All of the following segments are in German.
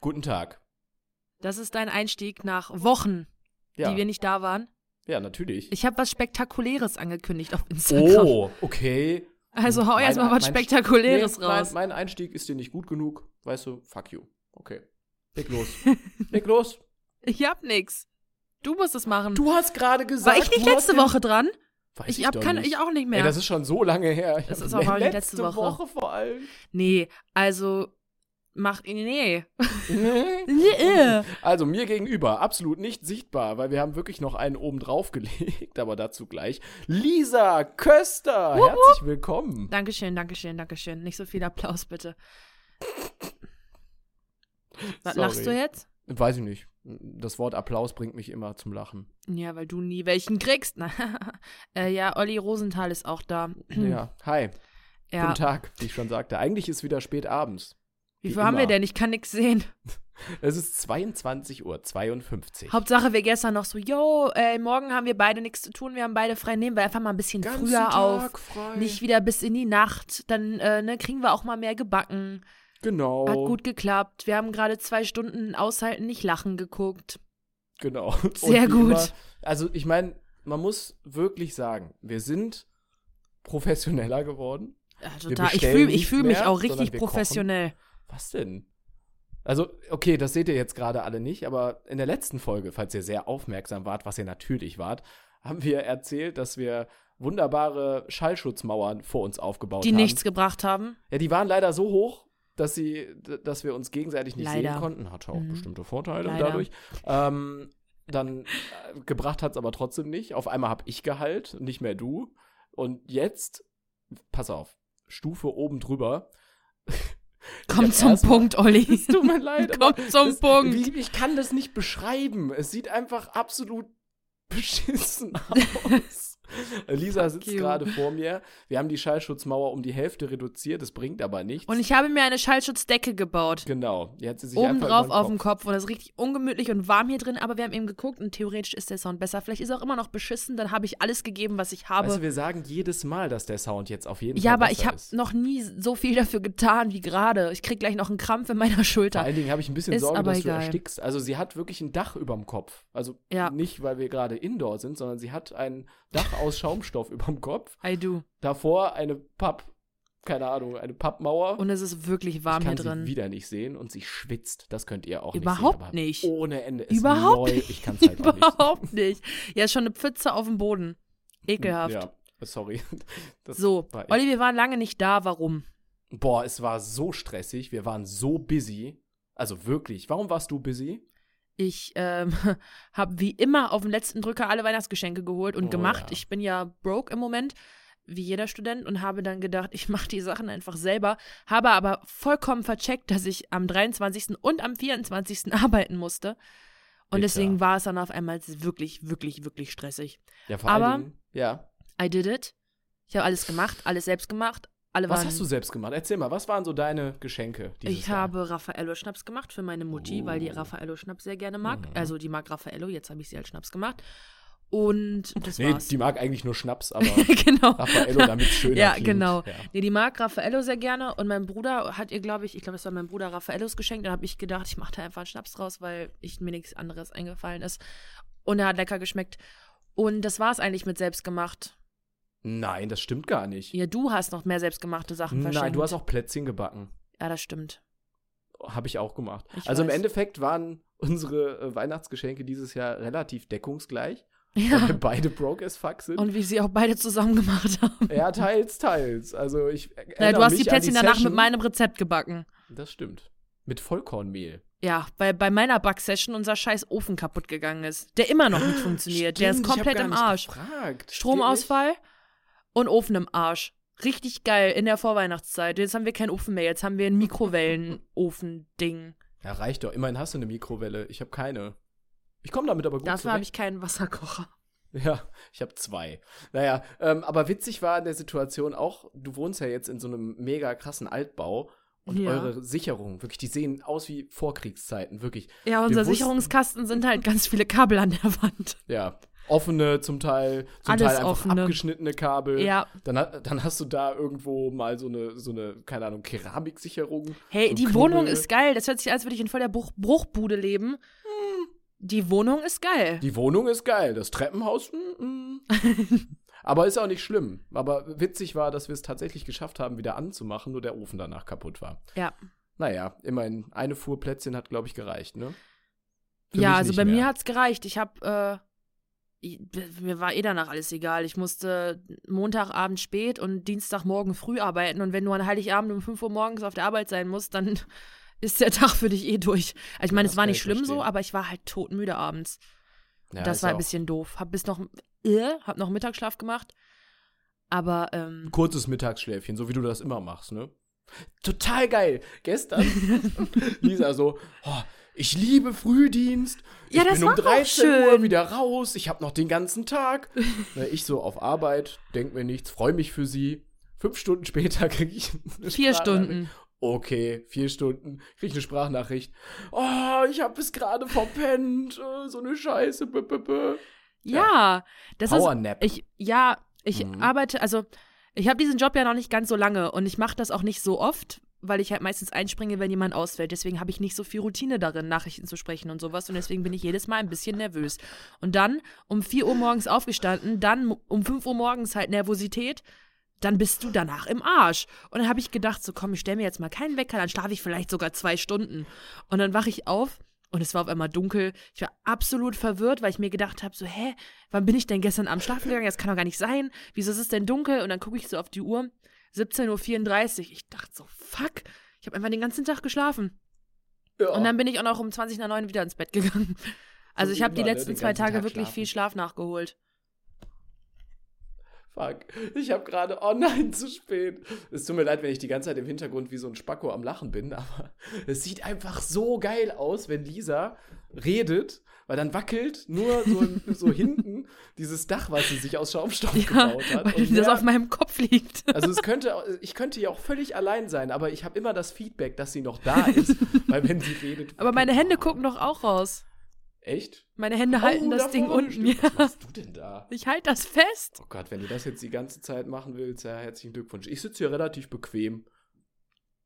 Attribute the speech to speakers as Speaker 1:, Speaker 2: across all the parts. Speaker 1: Guten Tag.
Speaker 2: Das ist dein Einstieg nach Wochen,
Speaker 1: Ja,
Speaker 2: die wir nicht da waren.
Speaker 1: ja natürlich.
Speaker 2: Ich habe was Spektakuläres angekündigt auf Instagram.
Speaker 1: Oh, okay.
Speaker 2: Also hau
Speaker 1: Mein-
Speaker 2: erstmal was
Speaker 1: mein-
Speaker 2: Spektakuläres
Speaker 1: Nee,
Speaker 2: raus.
Speaker 1: Mein, mein Einstieg ist dir nicht gut genug. Weißt du, fuck you. Okay. Leg los. Leg los.
Speaker 2: ich hab nix. Du musst es machen.
Speaker 1: Du hast gerade gesagt.
Speaker 2: War ich nicht
Speaker 1: du hast
Speaker 2: letzte
Speaker 1: den-
Speaker 2: Woche dran?
Speaker 1: Weiß
Speaker 2: Ich, hab
Speaker 1: doch
Speaker 2: kann
Speaker 1: nicht.
Speaker 2: ich auch nicht
Speaker 1: Ey,
Speaker 2: mehr.
Speaker 1: das ist schon so lange her. Ich
Speaker 2: Das
Speaker 1: hab-
Speaker 2: ist auch wirklich letzte
Speaker 1: letzte
Speaker 2: Woche.
Speaker 1: Woche vor allem.
Speaker 2: nee, also mach nee.
Speaker 1: Nee. also mir gegenüber absolut nicht sichtbar, weil wir haben wirklich noch einen oben drauf gelegt, aber dazu gleich. Lisa Köster, herzlich willkommen.
Speaker 2: Dankeschön, Dankeschön, Dankeschön. Nicht so viel Applaus bitte. Was
Speaker 1: Sorry.
Speaker 2: lachst du jetzt?
Speaker 1: Weiß ich nicht. Das Wort Applaus bringt mich immer zum Lachen.
Speaker 2: Ja, weil du nie welchen kriegst. Na, äh, ja, Olli Rosenthal ist auch da.
Speaker 1: Ja, hi,
Speaker 2: Hm. ja.
Speaker 1: guten Tag, wie ich schon sagte. Eigentlich ist wieder spät abends.
Speaker 2: Wie
Speaker 1: wie
Speaker 2: viel haben wir
Speaker 1: immer.
Speaker 2: denn? Ich kann nix sehen.
Speaker 1: Es ist 22 Uhr 52.
Speaker 2: Hauptsache, wir gestern noch so, yo, ey, morgen haben wir beide nichts zu tun, wir haben beide frei, nehmen wir einfach mal ein bisschen
Speaker 1: Ganzen
Speaker 2: früher
Speaker 1: Tag
Speaker 2: auf.
Speaker 1: frei.
Speaker 2: Nicht wieder bis in die Nacht, dann äh, ne, kriegen wir auch mal mehr gebacken.
Speaker 1: genau.
Speaker 2: Hat gut geklappt. Wir haben gerade zwei Stunden aushalten, nicht lachen geguckt.
Speaker 1: Genau. Und
Speaker 2: Sehr
Speaker 1: wie
Speaker 2: gut.
Speaker 1: Immer, also ich meine, man muss wirklich sagen, wir sind professioneller geworden.
Speaker 2: Ja,
Speaker 1: Wir
Speaker 2: total. Also Ich
Speaker 1: bestellen
Speaker 2: fühle ich
Speaker 1: nicht
Speaker 2: fühl mich
Speaker 1: mehr,
Speaker 2: auch
Speaker 1: sondern
Speaker 2: richtig
Speaker 1: wir
Speaker 2: professionell.
Speaker 1: Was denn? Also, okay, das seht ihr jetzt gerade alle nicht, aber in der letzten Folge, falls ihr sehr aufmerksam wart, was ihr natürlich wart, haben wir erzählt, dass wir wunderbare Schallschutzmauern vor uns aufgebaut
Speaker 2: Die
Speaker 1: haben.
Speaker 2: nichts gebracht haben.
Speaker 1: Ja, die waren leider so hoch, dass sie, d- dass wir uns gegenseitig nicht
Speaker 2: Leider.
Speaker 1: sehen konnten. Hatte auch
Speaker 2: Mhm.
Speaker 1: bestimmte Vorteile
Speaker 2: Leider.
Speaker 1: dadurch. Ähm, dann äh, gebracht hat es aber trotzdem nicht. Auf einmal habe ich Gehalt, nicht mehr du. Und jetzt, pass auf, Stufe oben drüber.
Speaker 2: Komm
Speaker 1: hab
Speaker 2: zum
Speaker 1: erst mal-
Speaker 2: Punkt, Olli.
Speaker 1: Es tut mir leid.
Speaker 2: Komm
Speaker 1: aber
Speaker 2: zum
Speaker 1: das,
Speaker 2: Punkt.
Speaker 1: Wie, ich kann das nicht beschreiben. Es sieht einfach absolut beschissen aus. Lisa sitzt
Speaker 2: you.
Speaker 1: gerade vor mir. Wir haben die Schallschutzmauer um die Hälfte reduziert. Das bringt aber nichts.
Speaker 2: Und ich habe mir eine Schallschutzdecke gebaut.
Speaker 1: Genau, die hat sie sich
Speaker 2: Oben
Speaker 1: einfach
Speaker 2: drauf
Speaker 1: über den
Speaker 2: auf dem Kopf und das ist richtig ungemütlich und warm hier drin, aber wir haben eben geguckt und theoretisch ist der Sound besser. Vielleicht ist er auch immer noch beschissen, dann habe ich alles gegeben, was ich habe.
Speaker 1: Weißt du, wir sagen jedes Mal, dass der Sound jetzt auf jeden
Speaker 2: ja,
Speaker 1: Fall
Speaker 2: aber
Speaker 1: besser
Speaker 2: ich habe
Speaker 1: ist.
Speaker 2: noch nie so viel dafür getan wie gerade. Ich krieg gleich noch einen Krampf in meiner
Speaker 1: Vor
Speaker 2: Schulter.
Speaker 1: allen Dingen habe ich ein bisschen
Speaker 2: Ist
Speaker 1: Sorge,
Speaker 2: aber
Speaker 1: dass
Speaker 2: egal.
Speaker 1: du erstickst. Also sie hat wirklich ein Dach überm Kopf. Also
Speaker 2: Ja.
Speaker 1: nicht, weil wir gerade indoor sind, sondern sie hat ein Dach aus Schaumstoff überm Kopf.
Speaker 2: I do.
Speaker 1: Davor eine Papp, keine Ahnung, eine Pappmauer.
Speaker 2: Und es ist wirklich
Speaker 1: ich
Speaker 2: warm hier
Speaker 1: kann sie
Speaker 2: drin.
Speaker 1: wieder nicht sehen und sie schwitzt. Das könnt ihr auch
Speaker 2: Überhaupt
Speaker 1: nicht
Speaker 2: nicht.
Speaker 1: sehen. aber Ohne Ende. Es
Speaker 2: Überhaupt
Speaker 1: neu.
Speaker 2: nicht.
Speaker 1: Ich kann es halt auch nicht.
Speaker 2: Überhaupt nicht. Ja, ist schon eine Pfütze auf dem Boden. Ekelhaft.
Speaker 1: Ja, sorry. Das
Speaker 2: so,
Speaker 1: war echt-
Speaker 2: Olli, wir waren lange nicht da. Warum?
Speaker 1: Boah, es war so stressig. Wir waren so busy. Also wirklich. Warum warst du busy?
Speaker 2: Ich ähm, habe wie immer auf dem letzten Drücker alle Weihnachtsgeschenke geholt und
Speaker 1: Oh
Speaker 2: gemacht.
Speaker 1: ja.
Speaker 2: Ich bin ja broke im Moment, wie jeder Student, und habe dann gedacht, ich mache die Sachen einfach selber. Habe aber vollkommen vercheckt, dass ich am 23. und am 24. arbeiten musste. Und
Speaker 1: Bitter.
Speaker 2: deswegen war es dann auf einmal wirklich, wirklich, wirklich stressig.
Speaker 1: Ja, vor
Speaker 2: Aber-
Speaker 1: allen Dingen. Ja.
Speaker 2: I did it. Ich habe alles gemacht, alles selbst gemacht. Alle
Speaker 1: Was
Speaker 2: waren,
Speaker 1: hast du selbst gemacht? Erzähl mal, was waren so deine Geschenke? dieses
Speaker 2: ich
Speaker 1: Jahr?
Speaker 2: habe Raffaello Schnaps gemacht für meine Mutti, weil die
Speaker 1: Oh.
Speaker 2: Raffaello Schnaps sehr gerne mag.
Speaker 1: Mhm.
Speaker 2: Also die mag Raffaello, jetzt habe ich sie als Schnaps gemacht. Und das
Speaker 1: Nee,
Speaker 2: war's.
Speaker 1: die mag eigentlich nur Schnaps, aber
Speaker 2: genau.
Speaker 1: Raffaello damit schöner
Speaker 2: Ja,
Speaker 1: klingt.
Speaker 2: genau.
Speaker 1: Ja.
Speaker 2: Nee, die mag Raffaello sehr gerne und mein Bruder hat ihr, glaube ich, ich glaube, es war mein Bruder Raffaellos geschenkt. Da habe ich gedacht, ich mache da einfach einen Schnaps draus, weil ich, mir nichts anderes eingefallen ist. Und er hat lecker geschmeckt. Und das war's eigentlich mit selbstgemacht.
Speaker 1: Nein, das stimmt gar nicht.
Speaker 2: Ja, du hast noch mehr selbstgemachte Sachen verschenkt.
Speaker 1: Nein, du hast auch Plätzchen gebacken.
Speaker 2: Ja, das stimmt.
Speaker 1: Habe ich auch gemacht.
Speaker 2: Ich
Speaker 1: also im
Speaker 2: weiß.
Speaker 1: Endeffekt waren unsere äh, Weihnachtsgeschenke dieses Jahr relativ deckungsgleich, weil wir
Speaker 2: Ja.
Speaker 1: beide broke as fuck sind.
Speaker 2: Und wie sie auch beide zusammen gemacht haben.
Speaker 1: ja, teils, teils. Also ich erinnere
Speaker 2: Naja, du hast die
Speaker 1: mich an
Speaker 2: Plätzchen danach
Speaker 1: Session.
Speaker 2: mit meinem Rezept gebacken.
Speaker 1: Das stimmt. Mit Vollkornmehl.
Speaker 2: Ja, weil bei meiner Backsession unser scheiß Ofen kaputt gegangen ist. Der immer noch nicht funktioniert. Der ist
Speaker 1: Stimmt, ich hab
Speaker 2: komplett
Speaker 1: gar
Speaker 2: im
Speaker 1: nicht
Speaker 2: Arsch.
Speaker 1: Gefragt.
Speaker 2: Stromausfall und Ofen im Arsch. Richtig geil in der Vorweihnachtszeit. Jetzt haben wir keinen Ofen mehr, jetzt haben wir ein Mikrowellenofending.
Speaker 1: Stimmt. Ja, reicht doch. Immerhin hast du eine Mikrowelle. Ich habe keine. Ich komme damit aber gut
Speaker 2: Dafür habe
Speaker 1: zurecht.
Speaker 2: ich keinen Wasserkocher.
Speaker 1: Ja, ich habe zwei. Naja, ähm, aber witzig war in der Situation auch, du wohnst ja jetzt in so einem mega krassen Altbau Und
Speaker 2: Ja.
Speaker 1: eure Sicherungen, wirklich, die sehen aus wie Vorkriegszeiten, wirklich.
Speaker 2: Ja,
Speaker 1: Wir
Speaker 2: unser
Speaker 1: wussten-
Speaker 2: Sicherungskasten sind halt ganz viele Kabel an der Wand.
Speaker 1: Ja, offene, zum Teil, zum
Speaker 2: Alles
Speaker 1: Teil einfach
Speaker 2: offene.
Speaker 1: abgeschnittene Kabel.
Speaker 2: Ja.
Speaker 1: Dann, ha- dann hast du da irgendwo mal so eine, so eine keine Ahnung, Keramiksicherung.
Speaker 2: Hey,
Speaker 1: so
Speaker 2: die
Speaker 1: Knubbel.
Speaker 2: Wohnung ist geil. Das hört sich an, als würde ich in voll der Bruch Bruchbude leben.
Speaker 1: Hm.
Speaker 2: Die Wohnung ist geil.
Speaker 1: Die Wohnung ist geil, das Treppenhaus. mm, mm. Aber ist auch nicht schlimm. Aber witzig war, dass wir es tatsächlich geschafft haben, wieder anzumachen, nur der Ofen danach kaputt war.
Speaker 2: Ja.
Speaker 1: Naja, immerhin, eine Fuhr Plätzchen hat, glaube ich, gereicht, ne? Für
Speaker 2: ja,
Speaker 1: mich
Speaker 2: also
Speaker 1: nicht
Speaker 2: bei mir
Speaker 1: mehr.
Speaker 2: hat's gereicht. Ich habe äh, i- b- mir war eh danach alles egal. Ich musste Montagabend spät und Dienstagmorgen früh arbeiten und wenn du an Heiligabend um 5 Uhr morgens auf der Arbeit sein musst, dann ist der Tag für dich eh durch. Also ich meine,
Speaker 1: das
Speaker 2: es war
Speaker 1: kann
Speaker 2: nicht
Speaker 1: ich
Speaker 2: schlimm so,
Speaker 1: verstehen.
Speaker 2: aber ich war halt totmüde abends.
Speaker 1: Ja,
Speaker 2: das
Speaker 1: ist
Speaker 2: war ein
Speaker 1: auch-
Speaker 2: bisschen doof. Hab bis noch äh, hab noch Mittagsschlaf gemacht. Aber ähm,
Speaker 1: kurzes Mittagsschläfchen, so wie du das immer machst, ne? Total geil. Gestern Lisa so, oh, ich liebe Frühdienst.
Speaker 2: Ja,
Speaker 1: ich
Speaker 2: das
Speaker 1: bin um
Speaker 2: war auch
Speaker 1: 13 Uhr
Speaker 2: schön.
Speaker 1: wieder raus. Ich habe noch den ganzen Tag. Na, ich so auf Arbeit, denk mir nichts, freue mich für sie. Fünf Stunden später kriege ich eine
Speaker 2: vier
Speaker 1: Sprachnachricht.
Speaker 2: Stunden.
Speaker 1: Okay, vier Stunden. Krieg eine Sprachnachricht. Oh, ich habe es gerade verpennt. Äh, So eine Scheiße. B -b -b.
Speaker 2: Ja, das
Speaker 1: Powernap.
Speaker 2: ist ich ja, ich
Speaker 1: Mhm.
Speaker 2: arbeite, also ich habe diesen Job ja noch nicht ganz so lange und ich mache das auch nicht so oft, weil ich halt meistens einspringe, wenn jemand ausfällt. Deswegen habe ich nicht so viel Routine darin, Nachrichten zu sprechen und sowas und deswegen bin ich jedes Mal ein bisschen nervös. Und dann um 4 Uhr morgens aufgestanden, dann um 5 Uhr morgens halt Nervosität. Dann bist du danach im Arsch. Und dann habe ich gedacht, so komm, ich stelle mir jetzt mal keinen Wecker, dann schlafe ich vielleicht sogar zwei Stunden. Und dann wache ich auf und es war auf einmal dunkel. Ich war absolut verwirrt, weil ich mir gedacht habe, so, hä, wann bin ich denn gestern Abend schlafen gegangen? Das kann doch gar nicht sein. Wieso ist es denn dunkel? Und dann gucke ich so auf die Uhr, 17.34 Uhr. Ich dachte so, fuck, ich habe einfach den ganzen Tag geschlafen.
Speaker 1: Ja.
Speaker 2: Und dann bin ich auch noch um 20 nach 9 wieder ins Bett gegangen. Also
Speaker 1: So
Speaker 2: ich habe die
Speaker 1: immer, ne,
Speaker 2: letzten
Speaker 1: den
Speaker 2: zwei
Speaker 1: ganzen
Speaker 2: Tage
Speaker 1: Tag
Speaker 2: wirklich
Speaker 1: schlafen.
Speaker 2: viel Schlaf nachgeholt.
Speaker 1: Fuck, ich habe gerade, oh nein, zu spät. Es tut mir leid, wenn ich die ganze Zeit im Hintergrund wie so ein Spacko am Lachen bin, aber es sieht einfach so geil aus, wenn Lisa redet, weil dann wackelt nur so, im- so hinten dieses Dach, was sie sich aus Schaumstoff
Speaker 2: Ja,
Speaker 1: gebaut hat.
Speaker 2: weil
Speaker 1: Und
Speaker 2: das
Speaker 1: wer-
Speaker 2: auf meinem Kopf liegt.
Speaker 1: also es könnte, au- ich könnte ja auch völlig allein sein, aber ich habe immer das Feedback, dass sie noch da ist, weil wenn sie redet.
Speaker 2: Aber meine Hände
Speaker 1: wackelt-
Speaker 2: gucken doch auch raus.
Speaker 1: Echt?
Speaker 2: Meine Hände halten
Speaker 1: Oh,
Speaker 2: das
Speaker 1: da
Speaker 2: Ding
Speaker 1: vorne,
Speaker 2: unten.
Speaker 1: stimmt.
Speaker 2: Ja.
Speaker 1: Was machst du denn da?
Speaker 2: Ich halte das fest.
Speaker 1: Oh Gott, wenn du das jetzt die ganze Zeit machen willst, ja, herzlichen Glückwunsch. Ich sitze hier relativ bequem.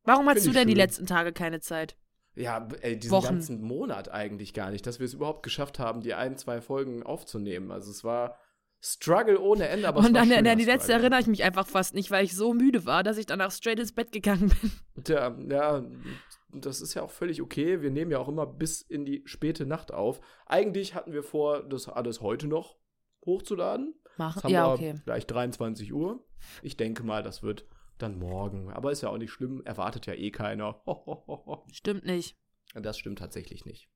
Speaker 2: Warum hast
Speaker 1: Find
Speaker 2: du
Speaker 1: ich
Speaker 2: denn die
Speaker 1: schön.
Speaker 2: letzten Tage keine Zeit?
Speaker 1: Ja, b- ey, diesen
Speaker 2: Wochen.
Speaker 1: ganzen Monat eigentlich gar nicht, dass wir es überhaupt geschafft haben, die ein, zwei Folgen aufzunehmen. Also es war Struggle ohne Ende, aber es
Speaker 2: und
Speaker 1: war
Speaker 2: an
Speaker 1: schöner
Speaker 2: an die letzte
Speaker 1: Struggle.
Speaker 2: erinnere ich mich einfach fast nicht, weil ich so müde war, dass ich danach straight ins Bett gegangen bin.
Speaker 1: Tja, ja, das ist ja auch völlig okay. Wir nehmen ja auch immer bis in die späte Nacht auf. Eigentlich hatten wir vor, das alles heute noch hochzuladen. Jetzt
Speaker 2: Machen.
Speaker 1: haben
Speaker 2: Ja,
Speaker 1: wir
Speaker 2: okay.
Speaker 1: gleich 23 Uhr. Ich denke mal, das wird dann morgen. Aber ist ja auch nicht schlimm, erwartet ja eh keiner.
Speaker 2: Stimmt nicht.
Speaker 1: Das stimmt tatsächlich nicht.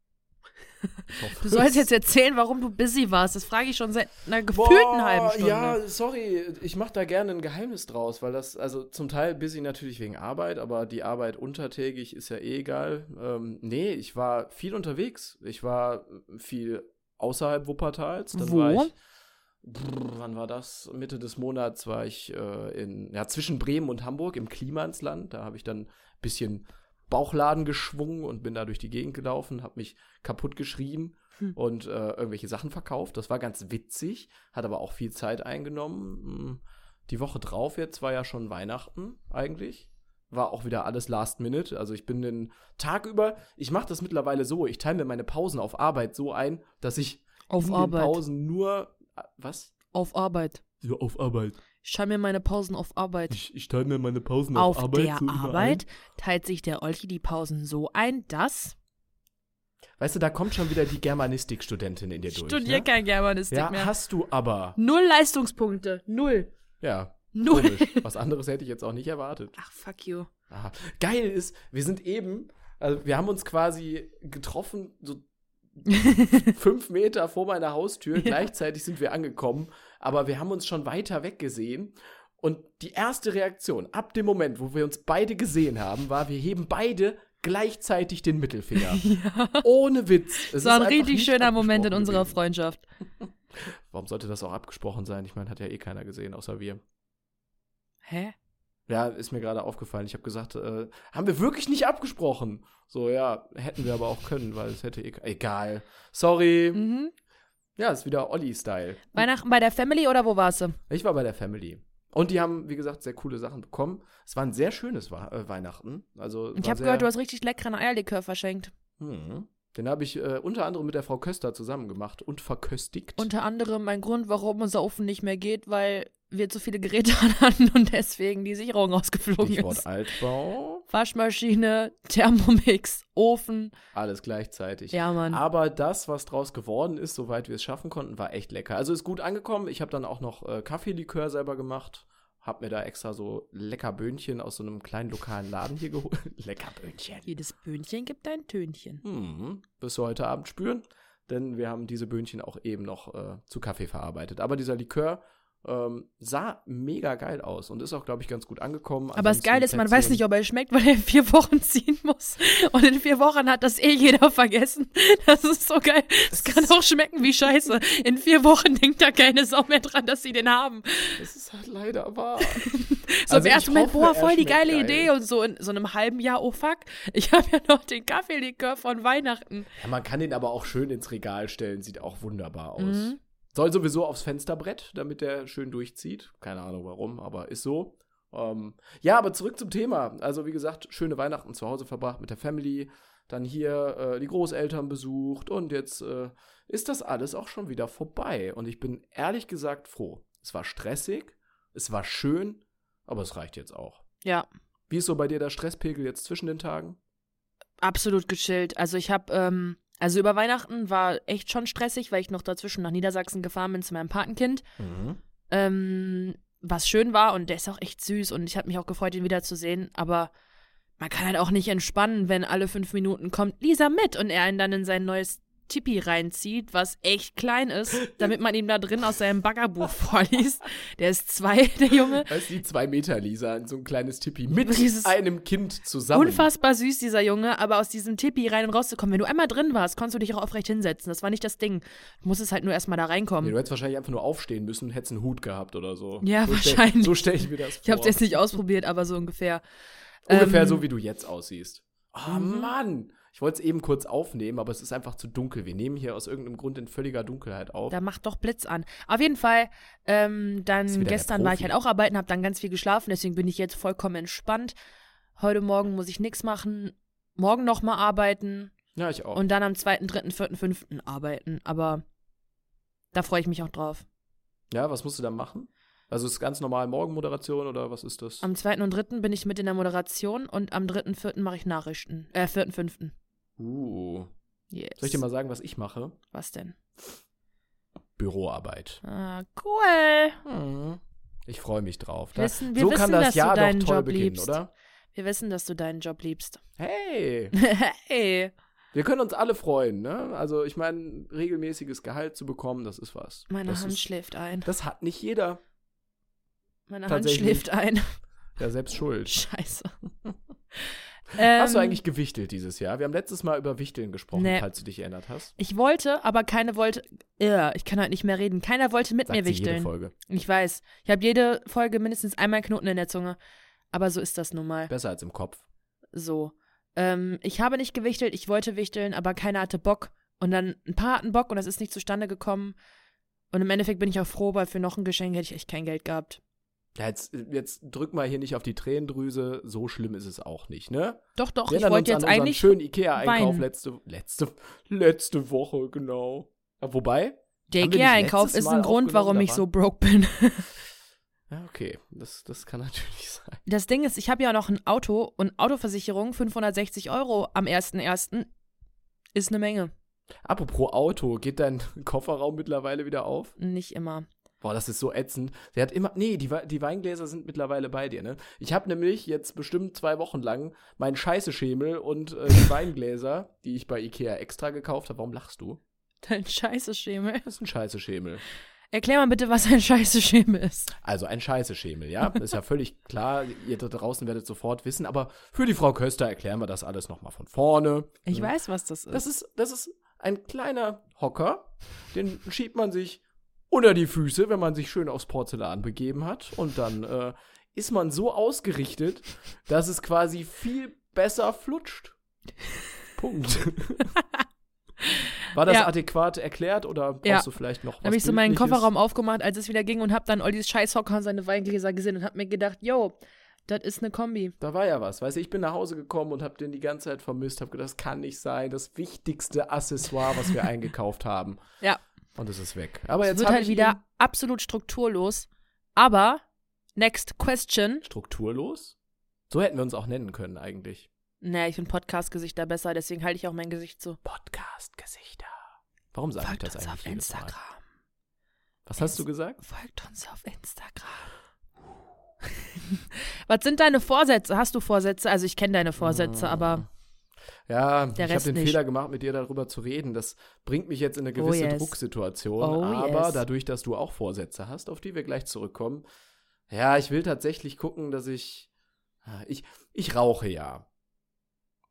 Speaker 1: Ich hoffe,
Speaker 2: Du sollst
Speaker 1: es-
Speaker 2: jetzt erzählen, warum du busy warst. Das frage ich schon seit einer
Speaker 1: Boah,
Speaker 2: gefühlten halben Stunde.
Speaker 1: Ja, sorry, ich mache da gerne ein Geheimnis draus, weil das, also zum Teil busy natürlich wegen Arbeit, aber die Arbeit untertägig ist ja eh egal. Ähm, nee, ich war viel unterwegs. Ich war viel außerhalb Wuppertals. Dann
Speaker 2: Wo?
Speaker 1: War ich, brr, wann war das? Mitte des Monats war ich äh, in, ja, zwischen Bremen und Hamburg im Klimansland. Da habe ich dann ein bisschen Bauchladen geschwungen und bin da durch die Gegend gelaufen, habe mich kaputt geschrien
Speaker 2: Hm.
Speaker 1: und äh, irgendwelche Sachen verkauft. Das war ganz witzig, hat aber auch viel Zeit eingenommen. Mm, Die Woche drauf jetzt war ja schon Weihnachten eigentlich. War auch wieder alles Last Minute. Also ich bin den Tag über, ich mache das mittlerweile so, ich teile mir meine Pausen auf Arbeit so ein, dass ich
Speaker 2: Auf
Speaker 1: in
Speaker 2: Arbeit.
Speaker 1: den Pausen nur äh, was?
Speaker 2: Auf Arbeit.
Speaker 1: Ja, auf Arbeit.
Speaker 2: Ich schaue mir meine Pausen auf Arbeit.
Speaker 1: Ich, ich teile mir meine Pausen
Speaker 2: auf der Arbeit teilt sich der Olchi die Pausen so ein, dass
Speaker 1: Weißt du, da kommt schon wieder die Germanistikstudentin in dir
Speaker 2: ich
Speaker 1: durch.
Speaker 2: studiere
Speaker 1: ne?
Speaker 2: kein Germanistik
Speaker 1: Ja,
Speaker 2: mehr.
Speaker 1: hast du aber.
Speaker 2: Null Leistungspunkte. Null.
Speaker 1: Ja.
Speaker 2: Null.
Speaker 1: Komisch. Was anderes hätte ich jetzt auch nicht erwartet.
Speaker 2: Ach, fuck you.
Speaker 1: Aha. Geil ist, wir sind eben, also wir haben uns quasi getroffen, so fünf Meter vor meiner Haustür. Gleichzeitig sind wir angekommen, aber wir haben uns schon weiter weg gesehen. Und die erste Reaktion ab dem Moment, wo wir uns beide gesehen haben, war, wir heben beide gleichzeitig den Mittelfinger. Ohne Witz. Es
Speaker 2: Das war ein
Speaker 1: ist einfach
Speaker 2: richtig
Speaker 1: nicht
Speaker 2: schöner Moment in
Speaker 1: abgesprochen
Speaker 2: unserer
Speaker 1: gewesen.
Speaker 2: Freundschaft.
Speaker 1: Warum sollte das auch abgesprochen sein? Ich meine, hat ja eh keiner gesehen, außer wir.
Speaker 2: Hä?
Speaker 1: Ja, ist mir gerade aufgefallen. Ich habe gesagt, äh, haben wir wirklich nicht abgesprochen. So, ja, hätten wir aber auch können, weil es hätte e egal. Sorry.
Speaker 2: Mhm.
Speaker 1: Ja, ist wieder Olli-Style.
Speaker 2: Weihnachten bei der Family oder wo warst du?
Speaker 1: Ich war bei der Family. Und die haben, wie gesagt, sehr coole Sachen bekommen. Es war ein sehr schönes Wa äh, Weihnachten. Also,
Speaker 2: Ich
Speaker 1: war
Speaker 2: habe
Speaker 1: sehr-
Speaker 2: gehört, du hast richtig leckeren Eierlikör verschenkt.
Speaker 1: Mhm. Den habe ich äh, unter anderem mit der Frau Köster zusammen gemacht und verköstigt.
Speaker 2: Unter anderem ein Grund, warum unser Ofen nicht mehr geht, weil wir zu viele Geräte hatten und deswegen die Sicherung rausgeflogen
Speaker 1: Stichwort
Speaker 2: ist.
Speaker 1: Altbau.
Speaker 2: Waschmaschine, Thermomix, Ofen.
Speaker 1: Alles gleichzeitig.
Speaker 2: Ja, Mann.
Speaker 1: Aber das, was draus geworden ist, soweit wir es schaffen konnten, war echt lecker. Also ist gut angekommen. Ich habe dann auch noch äh, Kaffeelikör selber gemacht. Hab mir da extra so lecker Böhnchen aus so einem kleinen lokalen Laden hier geholt. lecker Böhnchen.
Speaker 2: Jedes Böhnchen gibt ein Tönchen.
Speaker 1: Mhm. Wirst du heute Abend spüren, denn wir haben diese Böhnchen auch eben noch äh, zu Kaffee verarbeitet. Aber dieser Likör ähm, sah mega geil aus und ist auch, glaube ich, ganz gut angekommen.
Speaker 2: Aber das
Speaker 1: Ansonsten
Speaker 2: Geile ist, man weiß
Speaker 1: Plätzchen-
Speaker 2: nicht, ob er schmeckt, weil er in vier Wochen ziehen muss. Und in vier Wochen hat das eh jeder vergessen. Das genau ist so geil. Es kann auch schmecken wie Scheiße. In vier Wochen denkt da keine Sau mehr dran, dass sie den haben.
Speaker 1: Das ist halt leider wahr. Also
Speaker 2: So im
Speaker 1: ich
Speaker 2: ersten Moment,
Speaker 1: hoffe,
Speaker 2: boah,
Speaker 1: er
Speaker 2: voll die
Speaker 1: schmeckt
Speaker 2: geile
Speaker 1: geil.
Speaker 2: Idee. Und so in so einem halben Jahr, oh fuck, ich habe ja noch den Kaffeelikör von Weihnachten.
Speaker 1: Ja, man kann den aber auch schön ins Regal stellen, sieht auch wunderbar aus.
Speaker 2: Mhm.
Speaker 1: Soll sowieso aufs Fensterbrett, damit der schön durchzieht. Keine Ahnung warum, aber ist so. Ähm, ja, aber zurück zum Thema. Also, wie gesagt, schöne Weihnachten zu Hause verbracht mit der Family. Dann hier äh, die Großeltern besucht und jetzt äh, ist das alles auch schon wieder vorbei. Und ich bin ehrlich gesagt froh. Es war stressig, es war schön, aber es reicht jetzt auch.
Speaker 2: Ja,
Speaker 1: Wie ist so bei dir der Stresspegel jetzt zwischen den Tagen?
Speaker 2: absolut gechillt. Also ich habe, ähm, also über Weihnachten war echt schon stressig, weil ich noch dazwischen nach Niedersachsen gefahren bin zu meinem Patenkind. Ähm, was schön war und der ist auch echt süß und ich habe mich auch gefreut, ihn wiederzusehen. Aber man kann halt auch nicht entspannen, wenn alle fünf Minuten kommt Lisa mit und er einen dann in sein neues Tipi reinzieht, was echt klein ist, damit man ihm da drin aus seinem Baggerbuch vorliest. Der ist zwei, der Junge.
Speaker 1: Das ist die 2 Meter Lisa in so ein kleines Tippi mit
Speaker 2: Dieses
Speaker 1: einem Kind zusammen.
Speaker 2: Unfassbar süß, dieser Junge, aber aus diesem Tipi rein und rauszukommen, wenn du einmal drin warst, konntest du dich auch aufrecht hinsetzen. Das war nicht das Ding. Du musstest halt nur erstmal da
Speaker 1: Nee,
Speaker 2: reinkommen.
Speaker 1: du hättest wahrscheinlich einfach nur aufstehen müssen und hättest einen Hut gehabt oder so.
Speaker 2: Ja,
Speaker 1: so stell-
Speaker 2: wahrscheinlich.
Speaker 1: so stelle ich mir das vor.
Speaker 2: ich hab's jetzt nicht ausprobiert, aber so ungefähr.
Speaker 1: Ungefähr
Speaker 2: ähm,
Speaker 1: so, wie du jetzt aussiehst. Ah,
Speaker 2: Mhm.
Speaker 1: Mann! Ich wollte es eben kurz aufnehmen, aber es ist einfach zu dunkel. Wir nehmen hier aus irgendeinem Grund in völliger Dunkelheit auf.
Speaker 2: Da macht doch Blitz an. Auf jeden Fall, ähm,
Speaker 1: Ist wieder
Speaker 2: dann
Speaker 1: der
Speaker 2: gestern war ich
Speaker 1: Profi.
Speaker 2: halt auch arbeiten, habe dann ganz viel geschlafen, deswegen bin ich jetzt vollkommen entspannt. Heute Morgen muss ich nichts machen, morgen nochmal arbeiten
Speaker 1: ja, ich auch.
Speaker 2: und dann am 2., 3., 4., 5. arbeiten. Aber da freue ich mich auch drauf.
Speaker 1: ja, was musst du dann machen? Also ist ganz normal Morgenmoderation oder was ist das?
Speaker 2: Am 2. und 3. bin ich mit in der Moderation und am 3., 4. mache ich Nachrichten. Äh, 4., 5.
Speaker 1: Uh.
Speaker 2: Yes.
Speaker 1: Soll ich dir mal sagen, was ich mache?
Speaker 2: Was denn?
Speaker 1: Büroarbeit. Hm.
Speaker 2: Ah, cool.
Speaker 1: Ich freue mich drauf. Da,
Speaker 2: Wissen- wir
Speaker 1: so
Speaker 2: wissen,
Speaker 1: kann das
Speaker 2: dass du
Speaker 1: Jahr doch
Speaker 2: deinen
Speaker 1: toll
Speaker 2: Job
Speaker 1: beginnen,
Speaker 2: liebst.
Speaker 1: oder?
Speaker 2: Wir wissen, dass du deinen Job liebst.
Speaker 1: Hey!
Speaker 2: hey.
Speaker 1: Wir können uns alle freuen, ne? Also, ich meine, regelmäßiges Gehalt zu bekommen, das ist was.
Speaker 2: Meine
Speaker 1: das
Speaker 2: Hand
Speaker 1: ist,
Speaker 2: schläft ein.
Speaker 1: Das hat nicht jeder.
Speaker 2: Meine Hand
Speaker 1: tatsächlich.
Speaker 2: schläft ein.
Speaker 1: Ja, selbst schuld.
Speaker 2: Scheiße. ähm,
Speaker 1: hast du eigentlich gewichtelt dieses Jahr? Wir haben letztes Mal über Wichteln gesprochen,
Speaker 2: Nee.
Speaker 1: falls du dich erinnert hast.
Speaker 2: Ich wollte, aber keine wollte. Ja, ich kann halt nicht mehr reden. Keiner wollte mit
Speaker 1: Sagt
Speaker 2: mir
Speaker 1: sie jede
Speaker 2: wichteln.
Speaker 1: Folge.
Speaker 2: Ich weiß. Ich habe jede Folge mindestens einmal Knoten in der Zunge. Aber so ist das nun mal.
Speaker 1: Besser als im Kopf.
Speaker 2: So. Ähm, ich habe nicht gewichtelt, ich wollte wichteln, aber keiner hatte Bock. Und dann ein paar hatten Bock und das ist nicht zustande gekommen. Und im Endeffekt bin ich auch froh, weil für noch ein Geschenk hätte ich echt kein Geld gehabt.
Speaker 1: Ja, jetzt, jetzt drück mal hier nicht auf die Tränendrüse. So schlimm ist es auch nicht, ne?
Speaker 2: Doch, doch,
Speaker 1: Wir
Speaker 2: ich
Speaker 1: erinnern
Speaker 2: wollte
Speaker 1: uns an
Speaker 2: jetzt
Speaker 1: unseren
Speaker 2: eigentlich.
Speaker 1: schönen Ikea-Einkauf
Speaker 2: weinen.
Speaker 1: letzte, letzte, letzte Woche, genau. Ja, Wobei,
Speaker 2: Der
Speaker 1: Haben wir nicht
Speaker 2: IKEA-Einkauf
Speaker 1: letztes
Speaker 2: ist ein
Speaker 1: Mal
Speaker 2: Grund, warum
Speaker 1: aufgenommen,
Speaker 2: ich
Speaker 1: da
Speaker 2: so broke bin.
Speaker 1: ja, okay, das, das kann natürlich sein.
Speaker 2: Das Ding ist, ich habe ja noch ein Auto und Autoversicherung 560 Euro am 1.1. ist eine Menge.
Speaker 1: Apropos Auto, geht dein Kofferraum mittlerweile wieder auf?
Speaker 2: Nicht immer.
Speaker 1: Boah, das ist so ätzend. Sie hat immer. Nee, die, We- die Weingläser sind mittlerweile bei dir, ne? Ich habe nämlich jetzt bestimmt zwei Wochen lang meinen Scheißeschemel und äh, die Weingläser, die ich bei Ikea extra gekauft habe. Warum lachst du?
Speaker 2: Dein Scheißeschemel.
Speaker 1: Das ist ein Scheißeschemel.
Speaker 2: Erklär mal bitte, was ein Scheißeschemel ist.
Speaker 1: Also ein Scheißeschemel, ja? Ist ja völlig klar. Ihr da draußen werdet sofort wissen. Aber für die Frau Köster erklären wir das alles nochmal von vorne.
Speaker 2: Ich
Speaker 1: Mhm.
Speaker 2: weiß, was das ist.
Speaker 1: Das ist, das ist ein kleiner Hocker, den schiebt man sich unter die Füße, wenn man sich schön aufs Porzellan begeben hat. Und dann äh, ist man so ausgerichtet, dass es quasi viel besser flutscht. Punkt. War das
Speaker 2: Ja.
Speaker 1: adäquat erklärt oder brauchst
Speaker 2: Ja.
Speaker 1: du vielleicht noch was?
Speaker 2: Da habe ich so meinen
Speaker 1: Bildliches?
Speaker 2: Kofferraum aufgemacht, als es wieder ging und habe dann all dieses scheiß Hocker und seine Weingläser gesehen und habe mir gedacht, yo, das ist eine Kombi.
Speaker 1: Da war ja was. Weißt du, ich bin nach Hause gekommen und habe den die ganze Zeit vermisst. Habe gedacht, das kann nicht sein. Das wichtigste Accessoire, was wir eingekauft haben.
Speaker 2: Ja.
Speaker 1: Und es ist weg. Aber
Speaker 2: Es
Speaker 1: jetzt
Speaker 2: wird
Speaker 1: hab
Speaker 2: halt
Speaker 1: ich ihn-
Speaker 2: wieder absolut strukturlos. Aber, next question.
Speaker 1: strukturlos. So hätten wir uns auch nennen können eigentlich.
Speaker 2: Nee, ich finde Podcast-Gesichter besser, deswegen halte ich auch mein Gesicht so.
Speaker 1: Podcast-Gesichter. Warum sage ich
Speaker 2: Folgt
Speaker 1: das
Speaker 2: uns
Speaker 1: eigentlich?
Speaker 2: auf
Speaker 1: jedes Mal?
Speaker 2: Instagram.
Speaker 1: Was hast du gesagt?
Speaker 2: Folgt uns auf Instagram. Was sind deine Vorsätze? Hast du Vorsätze? Also ich kenne deine Vorsätze,
Speaker 1: Mm.
Speaker 2: aber
Speaker 1: Ja,
Speaker 2: Der
Speaker 1: ich habe
Speaker 2: Rest
Speaker 1: den
Speaker 2: nicht. Oh,
Speaker 1: Fehler gemacht, mit dir darüber zu reden. Das bringt mich jetzt in eine gewisse
Speaker 2: yes.
Speaker 1: Drucksituation.
Speaker 2: Oh
Speaker 1: aber
Speaker 2: yes.
Speaker 1: dadurch, dass du auch Vorsätze hast, auf die wir gleich zurückkommen, ja, ich will tatsächlich gucken, dass ich. ah, Ich, ich rauche ja.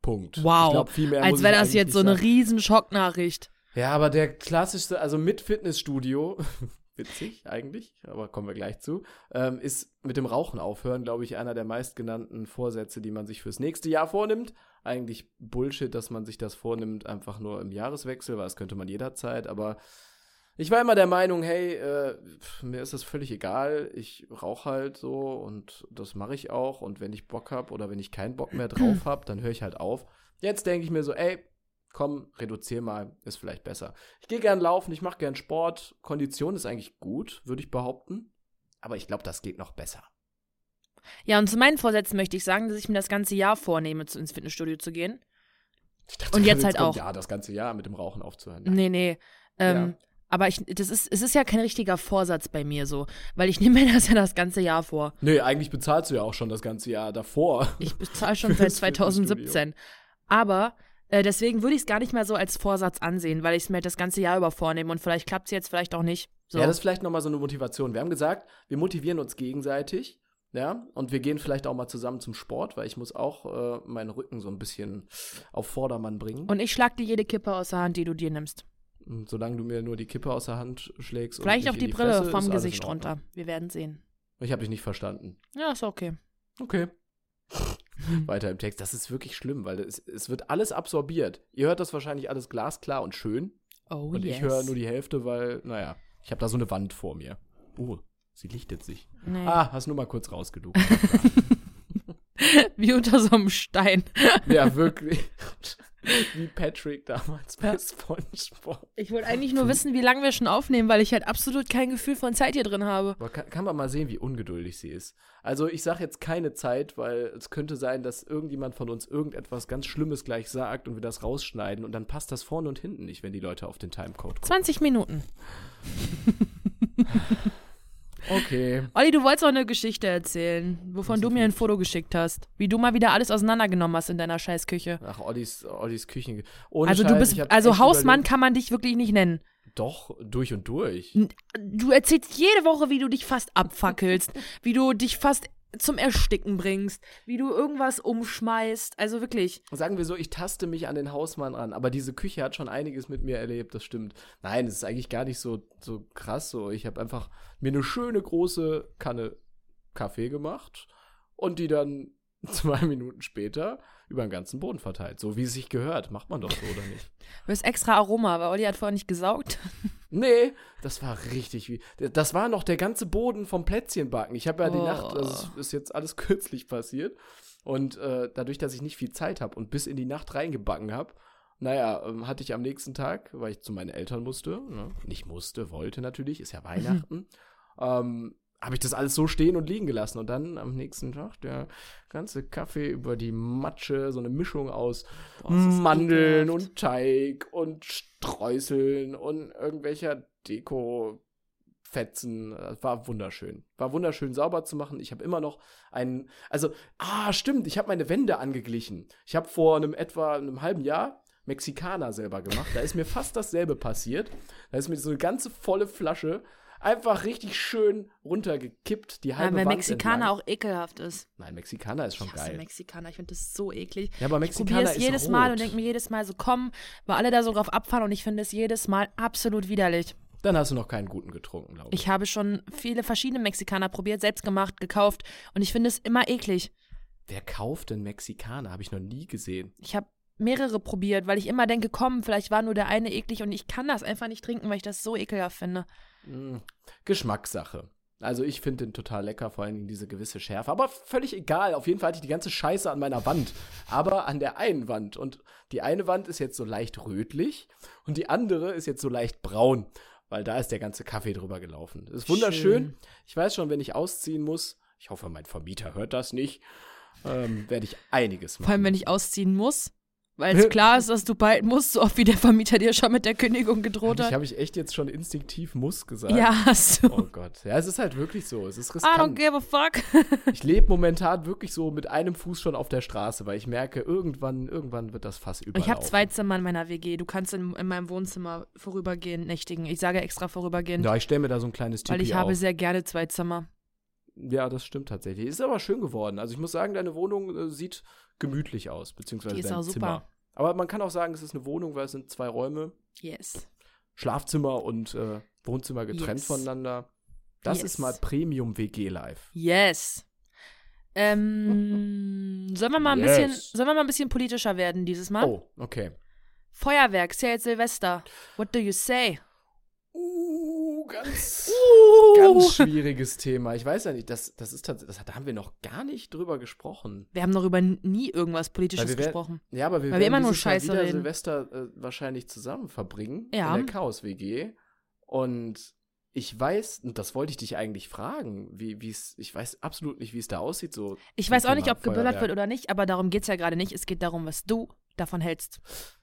Speaker 1: Punkt.
Speaker 2: Wow.
Speaker 1: Ich glaub, viel mehr muss
Speaker 2: als
Speaker 1: ich
Speaker 2: wäre das
Speaker 1: eigentlich
Speaker 2: jetzt so
Speaker 1: nicht
Speaker 2: eine
Speaker 1: sagen.
Speaker 2: riesen Schocknachricht.
Speaker 1: Ja, aber der klassischste, also mit Fitnessstudio, witzig eigentlich, aber kommen wir gleich zu, ähm, ist mit dem Rauchen aufhören, glaube ich, einer der meistgenannten Vorsätze, die man sich fürs nächste Jahr vornimmt. Eigentlich Bullshit, dass man sich das vornimmt, einfach nur im Jahreswechsel, weil das könnte man jederzeit, aber ich war immer der Meinung, hey, äh, pf, mir ist das völlig egal, ich rauche halt so und das mache ich auch und wenn ich Bock habe oder wenn ich keinen Bock mehr drauf habe, dann höre ich halt auf. Jetzt denke ich mir so, ey, komm, reduzier mal, ist vielleicht besser. Ich gehe gern laufen, ich mache gern Sport, Kondition ist eigentlich gut, würde ich behaupten, aber ich glaube, das geht noch besser.
Speaker 2: Ja, und zu meinen Vorsätzen möchte ich sagen, dass ich mir das ganze Jahr vornehme, zu, ins Fitnessstudio zu gehen.
Speaker 1: Ich dachte,
Speaker 2: Und jetzt
Speaker 1: jetzt
Speaker 2: halt
Speaker 1: kommt,
Speaker 2: auch.
Speaker 1: Ja, das ganze Jahr mit dem Rauchen aufzuhören.
Speaker 2: Nee, nee. Ähm, Aber ich, das ist, es ist ja kein richtiger Vorsatz bei mir so, weil ich nehme mir das ja das ganze Jahr vor.
Speaker 1: Nee, eigentlich bezahlst du ja auch schon das ganze Jahr davor.
Speaker 2: Ich bezahle schon seit
Speaker 1: Fürs
Speaker 2: 2017. Aber äh, deswegen würde ich es gar nicht mehr so als Vorsatz ansehen, weil ich es mir halt das ganze Jahr über vornehme und vielleicht klappt es jetzt, vielleicht auch nicht. So.
Speaker 1: Ja, das ist vielleicht nochmal so eine Motivation. Wir haben gesagt, wir motivieren uns gegenseitig. Ja, und wir gehen vielleicht auch mal zusammen zum Sport, weil ich muss auch äh, meinen Rücken so ein bisschen auf Vordermann bringen.
Speaker 2: und ich schlag dir jede Kippe aus der Hand, die du dir nimmst.
Speaker 1: Und solange du mir nur die Kippe aus der Hand schlägst. und
Speaker 2: Vielleicht
Speaker 1: nicht
Speaker 2: auch
Speaker 1: in
Speaker 2: die, Brille
Speaker 1: Fresse, ist
Speaker 2: vom
Speaker 1: alles in
Speaker 2: Gesicht
Speaker 1: Ordnung.
Speaker 2: runter. Wir werden sehen.
Speaker 1: Ich habe dich nicht verstanden.
Speaker 2: Ja, ist okay.
Speaker 1: Okay. Weiter im Text. Das ist wirklich schlimm, weil es, es wird alles absorbiert. Ihr hört das wahrscheinlich alles glasklar und schön.
Speaker 2: Oh
Speaker 1: und
Speaker 2: yes.
Speaker 1: ich höre nur die Hälfte, weil, naja, ich habe da so eine Wand vor mir. Oh, sie lichtet sich.
Speaker 2: nee.
Speaker 1: Ah, hast nur mal kurz rausgeduckt.
Speaker 2: Wie unter so einem Stein.
Speaker 1: ja, wirklich. Wie Patrick damals bei SpongeBob.
Speaker 2: Ich wollte eigentlich
Speaker 1: Hm.
Speaker 2: nur wissen, wie lange wir schon aufnehmen, weil ich halt absolut kein Gefühl von Zeit hier drin habe.
Speaker 1: Aber kann, kann man mal sehen, wie ungeduldig sie ist. Also ich sage jetzt keine Zeit, weil es könnte sein, dass irgendjemand von uns irgendetwas ganz Schlimmes gleich sagt und wir das rausschneiden und dann passt das vorne und hinten nicht, wenn die Leute auf den Timecode
Speaker 2: 20 Minuten.
Speaker 1: gucken. Okay.
Speaker 2: Olli, du wolltest auch eine Geschichte erzählen, wovon du mir ein Foto geschickt hast. Wie du mal wieder alles auseinandergenommen hast in deiner Scheißküche.
Speaker 1: Nach Ollis, Ollis Küchen. Ohne
Speaker 2: Also
Speaker 1: Scheiß,
Speaker 2: du
Speaker 1: ich
Speaker 2: bist,
Speaker 1: hab
Speaker 2: also
Speaker 1: echt
Speaker 2: Hausmann
Speaker 1: überlegt-
Speaker 2: kann man dich wirklich nicht nennen.
Speaker 1: Doch, durch und durch.
Speaker 2: N- Du erzählst jede Woche, wie du dich fast abfackelst, wie du dich fast zum Ersticken bringst, wie du irgendwas umschmeißt. Also wirklich.
Speaker 1: Sagen wir so, ich taste mich an den Hausmann ran, aber diese Küche hat schon einiges mit mir erlebt, das stimmt. Nein, es ist eigentlich gar nicht so, so krass so. Ich habe einfach mir eine schöne große Kanne Kaffee gemacht und die dann zwei Minuten später über den ganzen Boden verteilt. So wie es sich gehört. Macht man doch so, oder nicht?
Speaker 2: Du hast extra Aroma, weil Olli hat vorher nicht gesaugt.
Speaker 1: Nee, das war richtig wie. Das war noch der ganze Boden vom Plätzchenbacken. Ich habe ja die
Speaker 2: Oh.
Speaker 1: Nacht, das ist, ist jetzt alles kürzlich passiert. Und äh, dadurch, dass ich nicht viel Zeit habe und bis in die Nacht reingebacken habe, naja, ähm, hatte ich am nächsten Tag, weil ich zu meinen Eltern musste, ne? nicht musste, wollte natürlich, ist ja Weihnachten, ähm, habe ich das alles so stehen und liegen gelassen. Und dann am nächsten Tag der ganze Kaffee über die Matsche, so eine Mischung aus
Speaker 2: Boah, das ist
Speaker 1: Mandeln
Speaker 2: ekelhaft.
Speaker 1: und Teig und Streuseln und irgendwelcher Deko. Fetzen, Das war wunderschön. War wunderschön sauber zu machen. Ich habe immer noch einen, also, ah, stimmt, ich habe meine Wände angeglichen. Ich habe vor einem etwa einem halben Jahr Mexikaner selber gemacht. Da ist mir fast dasselbe passiert. Da ist mir so eine ganze volle Flasche einfach richtig schön runtergekippt, die
Speaker 2: Ja,
Speaker 1: halbe
Speaker 2: weil
Speaker 1: Wand
Speaker 2: Mexikaner
Speaker 1: entlang.
Speaker 2: auch ekelhaft ist.
Speaker 1: Nein, Mexikaner ist schon
Speaker 2: Ich hasse
Speaker 1: geil.
Speaker 2: Mexikaner, ich finde das so eklig.
Speaker 1: Ja, aber
Speaker 2: Ich probiere
Speaker 1: Mexikaner
Speaker 2: es
Speaker 1: ist
Speaker 2: jedes
Speaker 1: rot.
Speaker 2: Mal und denke mir jedes Mal so, komm, weil alle da so drauf abfahren und ich finde es jedes Mal absolut widerlich.
Speaker 1: Dann hast du noch keinen guten getrunken, glaube ich.
Speaker 2: Ich habe schon viele verschiedene Mexikaner probiert, selbst gemacht, gekauft und ich finde es immer eklig.
Speaker 1: Wer kauft denn Mexikaner? Habe ich noch nie gesehen.
Speaker 2: Ich habe mehrere probiert, weil ich immer denke, komm, vielleicht war nur der eine eklig und ich kann das einfach nicht trinken, weil ich das so ekelhaft finde.
Speaker 1: Mm, Geschmackssache. Also ich finde den total lecker, vor allen Dingen diese gewisse Schärfe. Aber völlig egal. Auf jeden Fall hatte ich die ganze Scheiße an meiner Wand. Aber an der einen Wand. Und die eine Wand ist jetzt so leicht rötlich und die andere ist jetzt so leicht braun, weil da ist der ganze Kaffee drüber gelaufen. Das ist wunderschön.
Speaker 2: Schön.
Speaker 1: Ich weiß schon, wenn ich ausziehen muss, ich hoffe, mein Vermieter hört das nicht, ähm, werde ich einiges
Speaker 2: Vor
Speaker 1: machen.
Speaker 2: allem, wenn ich ausziehen muss, weil es klar ist, dass du bald musst, so oft wie der Vermieter dir schon mit der Kündigung
Speaker 1: Habe
Speaker 2: gedroht
Speaker 1: ich,
Speaker 2: hat.
Speaker 1: hab ich echt jetzt schon instinktiv muss gesagt?
Speaker 2: Ja, hast du.
Speaker 1: Oh Gott. Ja, es ist halt wirklich so. Es ist
Speaker 2: I
Speaker 1: riskant.
Speaker 2: don't give a fuck.
Speaker 1: Ich lebe momentan wirklich so mit einem Fuß schon auf der Straße, weil ich merke, irgendwann, irgendwann wird das Fass überlaufen.
Speaker 2: Ich habe zwei Zimmer in meiner WG. Du kannst in, in meinem Wohnzimmer vorübergehend nächtigen. Ich sage extra vorübergehend,
Speaker 1: Ja, ich stelle mir da so ein kleines Tipi
Speaker 2: weil ich habe
Speaker 1: auf.
Speaker 2: sehr gerne zwei Zimmer.
Speaker 1: Ja, das stimmt tatsächlich. Ist aber schön geworden. Also ich muss sagen, deine Wohnung äh, sieht gemütlich aus, beziehungsweise
Speaker 2: Die ist
Speaker 1: dein
Speaker 2: auch super.
Speaker 1: Zimmer. Aber man kann auch sagen, es ist eine Wohnung, weil es sind zwei Räume,
Speaker 2: Yes.
Speaker 1: Schlafzimmer und äh, Wohnzimmer getrennt
Speaker 2: Yes.
Speaker 1: voneinander. Das
Speaker 2: Yes.
Speaker 1: ist mal Premium WG Life.
Speaker 2: Yes. Ähm, sollen, wir mal ein
Speaker 1: Yes.
Speaker 2: bisschen, sollen wir mal ein bisschen politischer werden dieses Mal?
Speaker 1: Oh, okay.
Speaker 2: Feuerwerk, ist ja jetzt Silvester. What do you say?
Speaker 1: Uh, ganz
Speaker 2: Uh.
Speaker 1: ganz schwieriges Thema. Ich weiß ja nicht, das, das ist tatsächlich, das, da haben wir noch gar nicht drüber gesprochen.
Speaker 2: Wir haben darüber nie irgendwas
Speaker 1: Weil
Speaker 2: Politisches
Speaker 1: wir werden-
Speaker 2: gesprochen.
Speaker 1: Ja, aber wir
Speaker 2: Weil wir
Speaker 1: werden
Speaker 2: immer nur
Speaker 1: dieses Jahr
Speaker 2: Scheiße
Speaker 1: wieder
Speaker 2: reden.
Speaker 1: Silvester äh, wahrscheinlich zusammen verbringen
Speaker 2: Ja.
Speaker 1: in der Chaos WG und ich weiß, und das wollte ich dich eigentlich fragen, wie wie es ich weiß absolut nicht, wie es da aussieht so.
Speaker 2: Ich weiß
Speaker 1: zum
Speaker 2: auch nicht,
Speaker 1: Thema
Speaker 2: ob geböllert
Speaker 1: Feuerwerk.
Speaker 2: wird oder nicht, aber darum geht's ja gerade nicht. Es geht darum, was du davon hältst.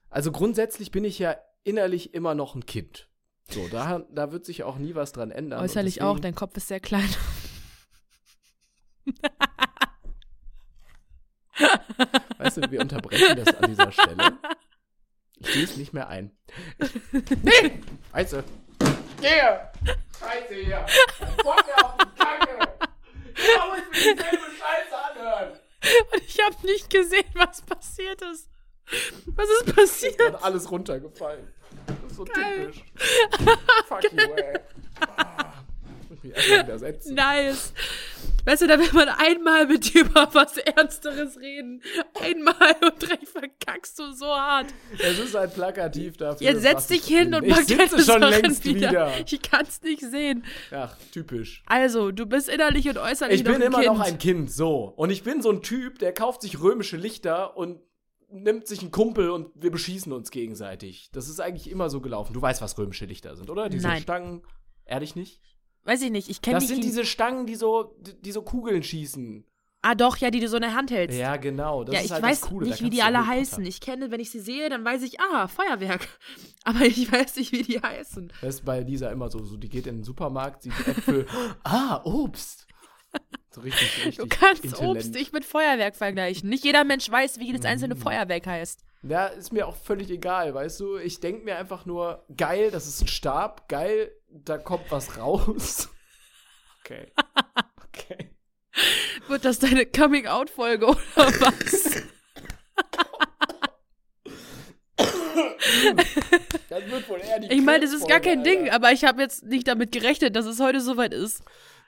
Speaker 1: Also grundsätzlich bin ich ja innerlich immer noch ein Kind. So, da, da wird sich auch nie was dran ändern. und
Speaker 2: Äußerlich
Speaker 1: deswegen-
Speaker 2: auch, dein Kopf ist sehr klein.
Speaker 1: Weißt du, wir unterbrechen das an dieser Stelle. Ich sehe es nicht mehr ein. Nee! Weißt du?
Speaker 3: Hier! Scheiße hier! Bock auf die Kacke! Warum muss ich mir dieselbe Scheiße anhören?
Speaker 2: Und ich habe nicht gesehen, was passiert ist. Was ist passiert?
Speaker 1: Hat alles runtergefallen. Das ist so typisch.
Speaker 3: Fuck you, ey.
Speaker 1: Ah. Muss mich erstmal wieder setzen.
Speaker 2: Nice. Weißt du, da will man einmal mit dir über was Ernsteres reden. Einmal und direkt verkackst du so hart.
Speaker 1: Es ist halt plakativ dafür.
Speaker 2: Jetzt setz
Speaker 1: was
Speaker 2: dich
Speaker 1: ich
Speaker 2: hin
Speaker 1: bin.
Speaker 2: und
Speaker 1: ich
Speaker 2: mach
Speaker 1: sitze
Speaker 2: deine
Speaker 1: schon
Speaker 2: Sachen
Speaker 1: längst wieder.
Speaker 2: Ich kann's nicht sehen.
Speaker 1: Ach, typisch.
Speaker 2: Also, du bist innerlich und äußerlich
Speaker 1: Ich bin
Speaker 2: noch ein
Speaker 1: immer
Speaker 2: kind.
Speaker 1: noch ein Kind, so. Und ich bin so ein Typ, der kauft sich römische Lichter und nimmt sich einen Kumpel und wir beschießen uns gegenseitig. Das ist eigentlich immer so gelaufen. Du weißt, was römische Lichter sind, oder? Diese
Speaker 2: Nein.
Speaker 1: Stangen. Ehrlich nicht?
Speaker 2: Weiß ich nicht, ich kenne
Speaker 1: Das
Speaker 2: die
Speaker 1: sind
Speaker 2: Kind-
Speaker 1: diese Stangen, die so, die, die so Kugeln schießen.
Speaker 2: Ah doch, ja, die du so in der Hand hältst.
Speaker 1: Ja, genau. Das
Speaker 2: ja,
Speaker 1: ist
Speaker 2: ich
Speaker 1: halt
Speaker 2: weiß
Speaker 1: das Coole. Da
Speaker 2: nicht, wie
Speaker 1: kannst
Speaker 2: die
Speaker 1: du
Speaker 2: alle
Speaker 1: Harry
Speaker 2: heißen.
Speaker 1: Potter.
Speaker 2: Ich kenne, wenn ich sie sehe, dann weiß ich, ah, Feuerwerk. Aber ich weiß nicht, wie die heißen.
Speaker 1: Das ist bei Lisa immer so, so. Die geht in den Supermarkt, sieht Äpfel. ah, Obst. So richtig, richtig.
Speaker 2: Du kannst
Speaker 1: intelligent.
Speaker 2: Obst nicht mit Feuerwerk vergleichen. Nicht jeder Mensch weiß, wie jedes einzelne Feuerwerk heißt.
Speaker 1: Ja, ist mir auch völlig egal, weißt du? Ich denk mir einfach nur, geil, das ist ein Stab, geil, da kommt was raus. Okay. Okay.
Speaker 2: Wird das deine Coming-out-Folge oder was?
Speaker 1: Das wird wohl eher die
Speaker 2: Ich meine, das ist gar kein
Speaker 1: Krebsfolge,
Speaker 2: Ding,
Speaker 1: Alter.
Speaker 2: aber ich habe jetzt nicht damit gerechnet, dass es heute soweit ist.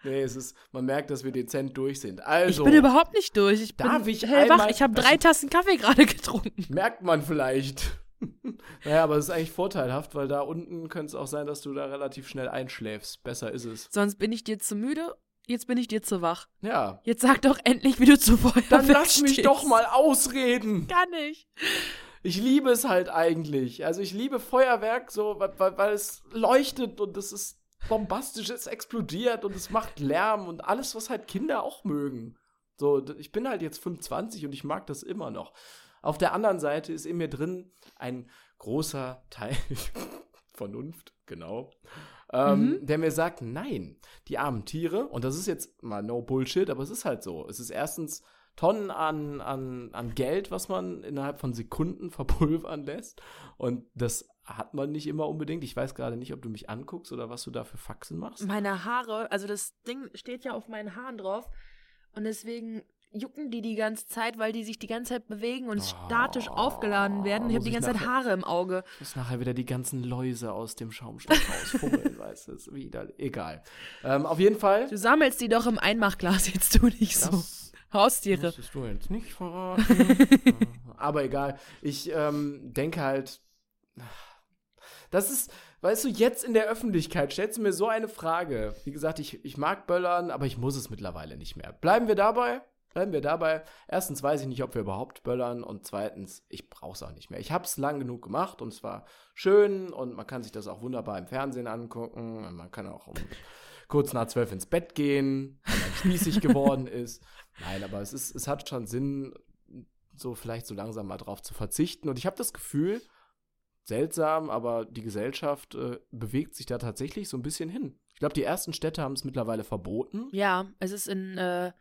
Speaker 1: Nee, es ist, man merkt, dass wir dezent durch sind. Also,
Speaker 2: Ich bin überhaupt nicht durch. Ich bin
Speaker 1: Darf ich
Speaker 2: hellwach.
Speaker 1: einmal-
Speaker 2: Ich habe drei Tassen Kaffee gerade getrunken.
Speaker 1: merkt man vielleicht. naja, aber es ist eigentlich vorteilhaft, weil da unten könnte es auch sein, dass du da relativ schnell einschläfst. Besser ist es.
Speaker 2: Sonst bin ich dir zu müde, jetzt bin ich dir zu wach.
Speaker 1: Ja.
Speaker 2: Jetzt sag doch endlich, wie du zu Feuerwerk
Speaker 1: Dann lass mich
Speaker 2: stehst.
Speaker 1: doch mal ausreden.
Speaker 2: Gar nicht.
Speaker 1: Ich liebe es halt eigentlich. Also ich liebe Feuerwerk so, weil, weil, weil es leuchtet und es ist bombastisch, es explodiert und es macht Lärm und alles, was halt Kinder auch mögen. So, d- ich bin halt jetzt 25 und ich mag das immer noch. Auf der anderen Seite ist in mir drin ein großer Teil Vernunft, genau, ähm, der mir sagt, nein, die armen Tiere, und das ist jetzt mal no bullshit, aber es ist halt so. Es ist erstens Tonnen an, an, an Geld, was man innerhalb von Sekunden verpulvern lässt. Und das hat man nicht immer unbedingt. Ich weiß gerade nicht, ob du mich anguckst oder was du da für Faxen machst.
Speaker 2: Meine Haare, also das Ding steht ja auf meinen Haaren drauf. Und deswegen jucken die die ganze Zeit, weil die sich die ganze Zeit bewegen und
Speaker 1: Oh,
Speaker 2: statisch aufgeladen werden. Ich
Speaker 1: muss
Speaker 2: habe die
Speaker 1: ich
Speaker 2: ganze Zeit
Speaker 1: nachher-
Speaker 2: Haare im Auge.
Speaker 1: Ich muss nachher wieder die ganzen Läuse aus dem Schaumstoff rausfummeln, weißt du, ist wieder, egal. Ähm, auf jeden Fall,
Speaker 2: Du sammelst die doch im Einmachglas, jetzt tu nicht so.
Speaker 1: das
Speaker 2: Haustiere.
Speaker 1: musstest du jetzt nicht verraten. Aber egal, ich ähm, denke halt, das ist, weißt du, jetzt in der Öffentlichkeit stellst du mir so eine Frage. Wie gesagt, ich, ich mag Böllern, aber ich muss es mittlerweile nicht mehr. Bleiben wir dabei? Bleiben wir dabei. Erstens weiß ich nicht, ob wir überhaupt böllern und zweitens, ich brauch's auch nicht mehr. Ich hab's lang genug gemacht und es war schön und man kann sich das auch wunderbar im Fernsehen angucken und man kann auch um kurz nach zwölf ins Bett gehen, wenn man spießig geworden ist. Nein, aber es ist, es hat schon Sinn, so vielleicht so langsam mal drauf zu verzichten und ich habe das Gefühl, seltsam, aber die Gesellschaft äh, bewegt sich da tatsächlich so ein bisschen hin. Ich glaube, die ersten Städte haben es mittlerweile verboten.
Speaker 2: Ja, es ist in äh,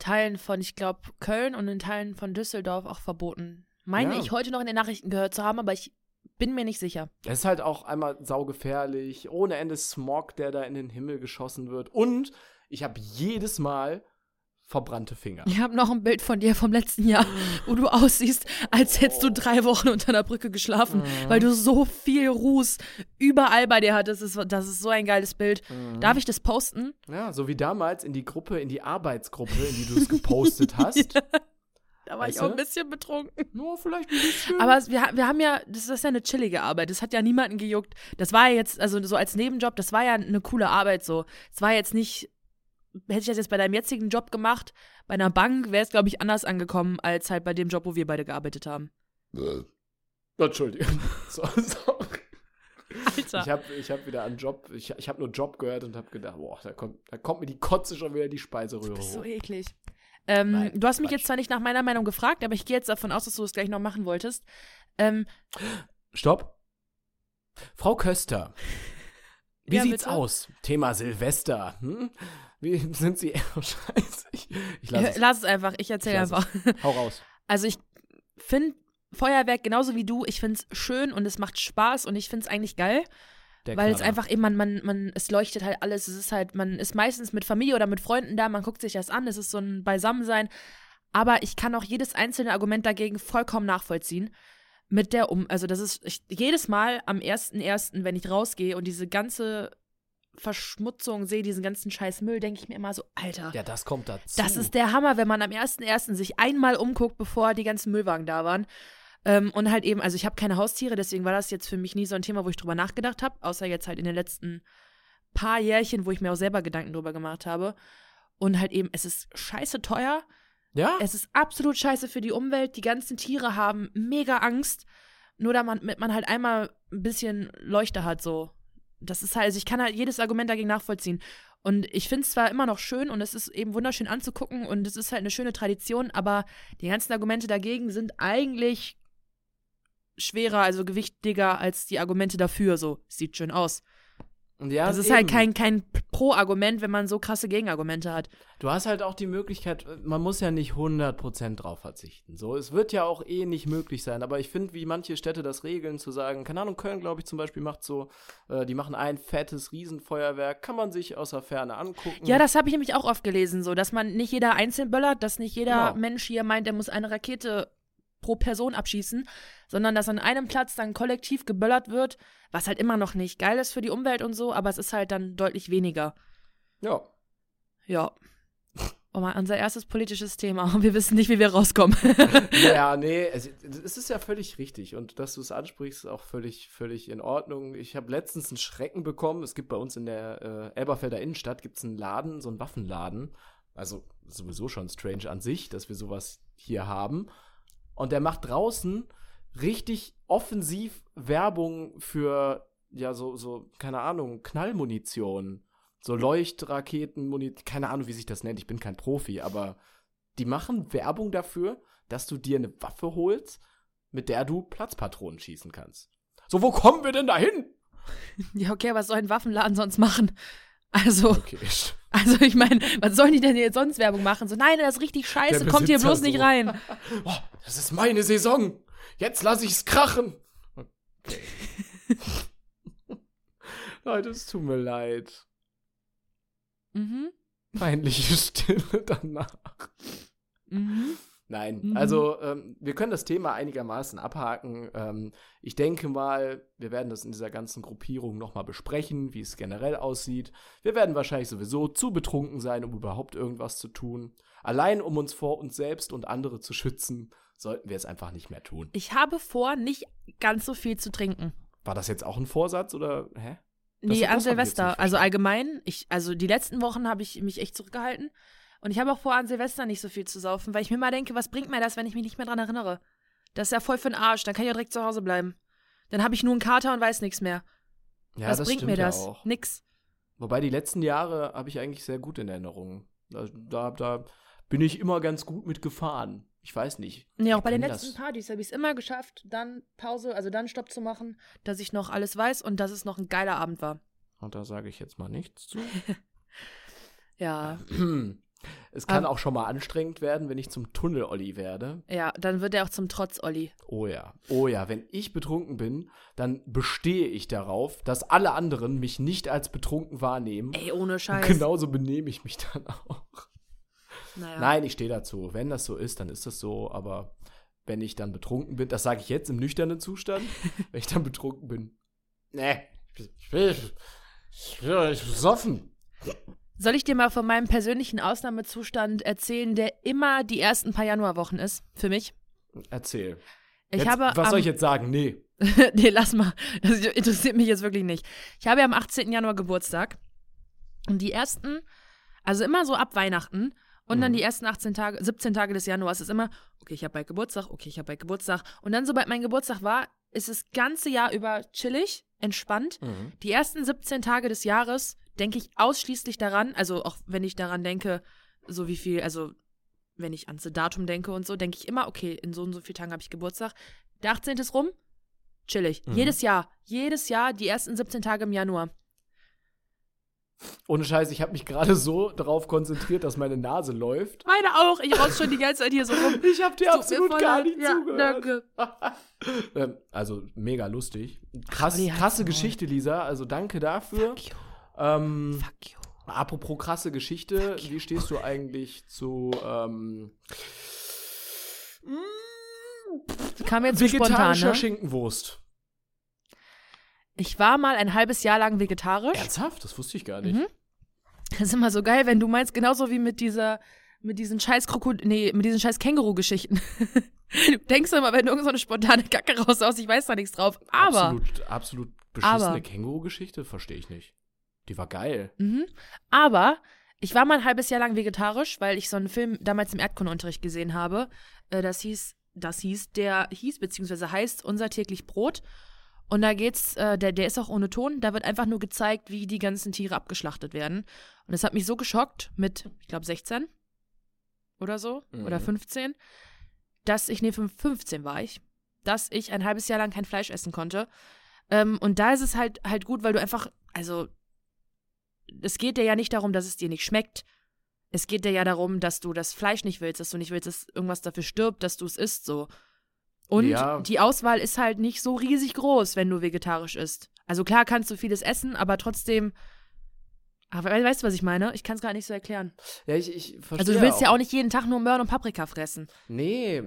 Speaker 2: Teilen von, ich glaube, Köln und in Teilen von Düsseldorf auch verboten. Meine
Speaker 1: Ja.
Speaker 2: ich heute noch in den Nachrichten gehört zu haben, aber ich bin mir nicht sicher.
Speaker 1: Es ist halt auch einmal saugefährlich, ohne Ende Smog, der da in den Himmel geschossen wird. Und ich habe jedes Mal verbrannte Finger.
Speaker 2: Ich habe noch ein Bild von dir vom letzten Jahr,
Speaker 1: Mm.
Speaker 2: wo du aussiehst, als hättest
Speaker 1: Oh.
Speaker 2: du drei Wochen unter einer Brücke geschlafen,
Speaker 1: Mm.
Speaker 2: weil du so viel Ruß überall bei dir hattest. Das ist, das ist so ein geiles Bild.
Speaker 1: Mm.
Speaker 2: Darf ich das posten?
Speaker 1: Ja, so wie damals in die Gruppe, in die Arbeitsgruppe, in die du es gepostet hast.
Speaker 2: Da war
Speaker 1: Weißt
Speaker 2: ich auch
Speaker 1: du?
Speaker 2: ein bisschen betrunken.
Speaker 1: Nur vielleicht ein bisschen.
Speaker 2: Aber es- wir, ha- wir haben ja, das ist ja eine chillige Arbeit. Das hat ja niemanden gejuckt. Das war ja jetzt, also so als Nebenjob, das war ja eine coole Arbeit so. Es war jetzt nicht, hätte ich das jetzt bei deinem jetzigen Job gemacht, bei einer Bank wäre es, glaube ich, anders angekommen als halt bei dem Job, wo wir beide gearbeitet haben.
Speaker 1: Entschuldigung. So, sorry.
Speaker 2: Alter.
Speaker 1: Ich habe ich hab wieder an Job, ich, ich habe nur Job gehört und habe gedacht, boah, da kommt, da kommt mir die Kotze schon wieder die Speiseröhre
Speaker 2: Bist so
Speaker 1: hoch.
Speaker 2: eklig. Ähm,
Speaker 1: Nein,
Speaker 2: du hast mich
Speaker 1: Quatsch.
Speaker 2: jetzt zwar nicht nach meiner Meinung gefragt, aber ich gehe jetzt davon aus, dass du es gleich noch machen wolltest. Ähm,
Speaker 1: Stopp. Frau Köster, wie
Speaker 2: Ja,
Speaker 1: sieht's
Speaker 2: bitte?
Speaker 1: aus? Thema Silvester. Hm? Wie sind Sie? Oh, scheiße. Ich, ich lasse
Speaker 2: lass,
Speaker 1: es.
Speaker 2: es einfach, ich erzähle
Speaker 1: Ich lass
Speaker 2: einfach.
Speaker 1: Hau raus.
Speaker 2: Also ich finde Feuerwerk genauso wie du, ich finde es schön und es macht Spaß und ich finde es eigentlich geil,
Speaker 1: Der
Speaker 2: weil es
Speaker 1: Knaller.
Speaker 2: einfach eben, man, man, man, es leuchtet halt alles, es ist halt, man ist meistens mit Familie oder mit Freunden da, man guckt sich das an, es ist so ein Beisammensein, aber ich kann auch jedes einzelne Argument dagegen vollkommen nachvollziehen. Mit der um, also das ist ich, jedes Mal am 1.1., wenn ich rausgehe und diese ganze Verschmutzung sehe, diesen ganzen scheiß Müll, denke ich mir immer so, Alter,
Speaker 1: Ja, das kommt dazu.
Speaker 2: das ist der Hammer, wenn man am 1.1. sich einmal umguckt, bevor die ganzen Müllwagen da waren. Ähm, und halt eben, also ich habe keine Haustiere, deswegen war das jetzt für mich nie so ein Thema, wo ich drüber nachgedacht habe, außer jetzt halt in den letzten paar Jährchen, wo ich mir auch selber Gedanken drüber gemacht habe. Und halt eben, es ist scheiße teuer,
Speaker 1: Ja?
Speaker 2: es ist absolut scheiße für die Umwelt, die ganzen Tiere haben mega Angst, nur damit man halt einmal ein bisschen Leuchte hat, so. Das ist halt, also ich kann halt jedes Argument dagegen nachvollziehen. Und ich finde es zwar immer noch schön und es ist eben wunderschön anzugucken und es ist halt eine schöne Tradition, aber die ganzen Argumente dagegen sind eigentlich schwerer, also gewichtiger als die Argumente dafür. So, sieht schön aus.
Speaker 1: ja,
Speaker 2: Das ist halt
Speaker 1: eben.
Speaker 2: kein, kein Pro-Argument, wenn man so krasse Gegenargumente hat.
Speaker 1: Du hast halt auch die Möglichkeit, man muss ja nicht 100% drauf verzichten. So, es wird ja auch eh nicht möglich sein, aber ich finde, wie manche Städte das regeln, zu sagen, keine Ahnung, Köln, glaube ich, zum Beispiel macht so, äh, die machen ein fettes Riesenfeuerwerk, kann man sich aus der Ferne angucken.
Speaker 2: Ja, das habe ich nämlich auch oft gelesen, so, dass man nicht jeder einzeln böllert, dass nicht jeder
Speaker 1: Genau.
Speaker 2: Mensch hier meint, er muss eine Rakete pro Person abschießen, sondern dass an einem Platz dann kollektiv geböllert wird, was halt immer noch nicht geil ist für die Umwelt und so, aber es ist halt dann deutlich weniger.
Speaker 1: Ja.
Speaker 2: Ja. Oh mein, unser erstes politisches Thema. Wir wissen nicht, wie wir rauskommen.
Speaker 1: Ja, nee, es, es ist ja völlig richtig und dass du es ansprichst, ist auch völlig, völlig in Ordnung. Ich habe letztens einen Schrecken bekommen. Es gibt bei uns in der äh, Elberfelder Innenstadt gibt's einen Laden, so einen Waffenladen. Also sowieso schon strange an sich, dass wir sowas hier haben. Und der macht draußen richtig offensiv Werbung für, ja, so, so, keine Ahnung, Knallmunition. So Leuchtraketen, keine Ahnung, wie sich das nennt. Ich bin kein Profi, aber die machen Werbung dafür, dass du dir eine Waffe holst, mit der du Platzpatronen schießen kannst. So, wo kommen wir denn dahin?
Speaker 2: ja, okay, was soll ein Waffenladen sonst machen? Also,
Speaker 1: Okay.
Speaker 2: also ich meine, was sollen die denn jetzt sonst Werbung machen? So, nein, das ist richtig scheiße,
Speaker 1: Der
Speaker 2: kommt hier
Speaker 1: Besitzer
Speaker 2: bloß nicht
Speaker 1: so.
Speaker 2: rein.
Speaker 1: Oh, das ist meine Saison. Jetzt lasse ich's krachen. Okay. Leute, es tut mir leid.
Speaker 2: Mhm.
Speaker 1: Peinliche Stille danach.
Speaker 2: Mhm.
Speaker 1: Nein,
Speaker 2: Mhm.
Speaker 1: also ähm, wir können das Thema einigermaßen abhaken. Ähm, ich denke mal, wir werden das in dieser ganzen Gruppierung nochmal besprechen, wie es generell aussieht. Wir werden wahrscheinlich sowieso zu betrunken sein, um überhaupt irgendwas zu tun. Allein um uns vor uns selbst und andere zu schützen, sollten wir es einfach nicht mehr tun.
Speaker 2: Ich habe vor, nicht ganz so viel zu trinken.
Speaker 1: War das jetzt auch ein Vorsatz oder hä? das hab
Speaker 2: Nee, an
Speaker 1: ich jetzt nicht
Speaker 2: Silvester. Also allgemein, ich, also die letzten Wochen habe ich mich echt zurückgehalten. Und ich habe auch vor, an Silvester nicht so viel zu saufen, weil ich mir mal denke, was bringt mir das, wenn ich mich nicht mehr dran erinnere? Das ist ja voll für den Arsch, dann kann ich ja direkt zu Hause bleiben. Dann habe ich nur einen Kater und weiß nichts mehr.
Speaker 1: Ja,
Speaker 2: was bringt
Speaker 1: stimmt
Speaker 2: mir das?
Speaker 1: Ja auch.
Speaker 2: Nix.
Speaker 1: Wobei die letzten Jahre habe ich eigentlich sehr gut in Erinnerung. Da, da, da bin ich immer ganz gut mit gefahren. Ich weiß nicht.
Speaker 2: Nee, auch
Speaker 1: Ich
Speaker 2: bei den
Speaker 1: kenn
Speaker 2: letzten
Speaker 1: das.
Speaker 2: Partys habe ich es immer geschafft, dann Pause, also dann Stopp zu machen, dass ich noch alles weiß und dass es noch ein geiler Abend war.
Speaker 1: Und da sage ich jetzt mal nichts zu.
Speaker 2: Ja,
Speaker 1: Es kann
Speaker 2: Ah.
Speaker 1: auch schon mal anstrengend werden, wenn ich zum Tunnel-Olli werde.
Speaker 2: ja, dann wird er auch zum Trotz, Olli.
Speaker 1: Oh ja, oh ja, wenn ich betrunken bin, dann bestehe ich darauf, dass alle anderen mich nicht als betrunken wahrnehmen.
Speaker 2: Ey, ohne
Speaker 1: Und
Speaker 2: Scheiß.
Speaker 1: genauso benehme ich mich dann auch.
Speaker 2: Naja.
Speaker 1: Nein, ich stehe dazu. Wenn das so ist, dann ist das so, aber wenn ich dann betrunken bin, das sage ich jetzt im nüchternen Zustand, wenn ich dann betrunken bin. Nee, ich bin, ich bin, ich bin besoffen.
Speaker 2: Soll ich dir mal von meinem persönlichen Ausnahmezustand erzählen, der immer die ersten paar Januarwochen ist für mich?
Speaker 1: Erzähl.
Speaker 2: Ich
Speaker 1: jetzt,
Speaker 2: habe
Speaker 1: was
Speaker 2: am,
Speaker 1: soll ich jetzt sagen? Nee.
Speaker 2: nee, lass mal. Das interessiert mich jetzt wirklich nicht. Ich habe ja am 18. Januar Geburtstag. Und die ersten, also immer so ab Weihnachten und dann
Speaker 1: Mhm.
Speaker 2: die ersten 18 Tage, 17 Tage des Januars ist immer, okay, ich habe bald Geburtstag, okay, ich habe bald Geburtstag. Und dann, sobald mein Geburtstag war, ist das ganze Jahr über chillig, entspannt.
Speaker 1: Mhm.
Speaker 2: Die ersten 17 Tage des Jahres denke ich ausschließlich daran, also auch wenn ich daran denke, so wie viel, also wenn ich ans Datum denke und so, denke ich immer, okay, in so und so vielen Tagen habe ich Geburtstag. Der 18. ist rum, chillig.
Speaker 1: Mhm.
Speaker 2: Jedes Jahr, jedes Jahr die ersten 17 Tage im Januar.
Speaker 1: Ohne Scheiß, ich habe mich gerade so darauf konzentriert, dass meine Nase läuft.
Speaker 2: Meine auch, ich raus schon die ganze Zeit hier so rum.
Speaker 1: Ich habe dir
Speaker 2: Tut mir
Speaker 1: absolut
Speaker 2: voll
Speaker 1: gar
Speaker 2: leid.
Speaker 1: nicht
Speaker 2: ja,
Speaker 1: zugehört.
Speaker 2: Danke.
Speaker 1: Ähm, also mega lustig. Krass,
Speaker 2: Olli, halt's
Speaker 1: krasse
Speaker 2: Maul.
Speaker 1: Geschichte, Lisa. Also danke dafür.
Speaker 2: Fuck you,
Speaker 1: Ähm,
Speaker 2: fuck you.
Speaker 1: apropos krasse Geschichte, wie stehst du eigentlich zu ähm,
Speaker 2: Die kam jetzt so spontan,
Speaker 1: vegetarischer
Speaker 2: ne?
Speaker 1: Schinkenwurst?
Speaker 2: Ich war mal ein halbes Jahr lang vegetarisch.
Speaker 1: Ernsthaft? Das wusste ich gar nicht.
Speaker 2: Mhm. Das ist immer so geil, wenn du meinst, genauso wie mit dieser, mit diesen scheiß Krokod nee, mit diesen scheiß Känguru-Geschichten. du denkst immer, wenn irgend so eine spontane Kacke raushaust, ich weiß da nichts drauf. Aber,
Speaker 1: absolut, absolut beschissene
Speaker 2: aber-
Speaker 1: Känguru-Geschichte? Verstehe ich nicht. Die war geil.
Speaker 2: mhm, aber ich war mal ein halbes Jahr lang vegetarisch, weil ich so einen Film damals im Erdkundeunterricht gesehen habe. Äh, Das hieß, das hieß, der hieß, beziehungsweise heißt Unser täglich Brot. Und da geht's, äh, der, der ist auch ohne Ton, da wird einfach nur gezeigt, wie die ganzen Tiere abgeschlachtet werden. Und das hat mich so geschockt mit, ich glaube, 16 oder so,
Speaker 1: Mhm.
Speaker 2: oder 15, dass ich, nee, fünf- 15 war ich, dass ich ein halbes Jahr lang kein Fleisch essen konnte. Ähm, und da ist es halt, halt gut, weil du einfach, also, es geht dir ja nicht darum, dass es dir nicht schmeckt. Es geht dir ja darum, dass du das Fleisch nicht willst, dass du nicht willst, dass irgendwas dafür stirbt, dass du es isst, so. Und
Speaker 1: Ja.
Speaker 2: die Auswahl ist halt nicht so riesig groß, wenn du vegetarisch isst. Also klar kannst du vieles essen, aber trotzdem. Ach, we- weißt du, was ich meine? Ich kann es gar nicht so erklären.
Speaker 1: Ja, ich, ich verstehe
Speaker 2: Also du willst ja auch nicht jeden Tag nur Möhren und Paprika fressen.
Speaker 1: Nee,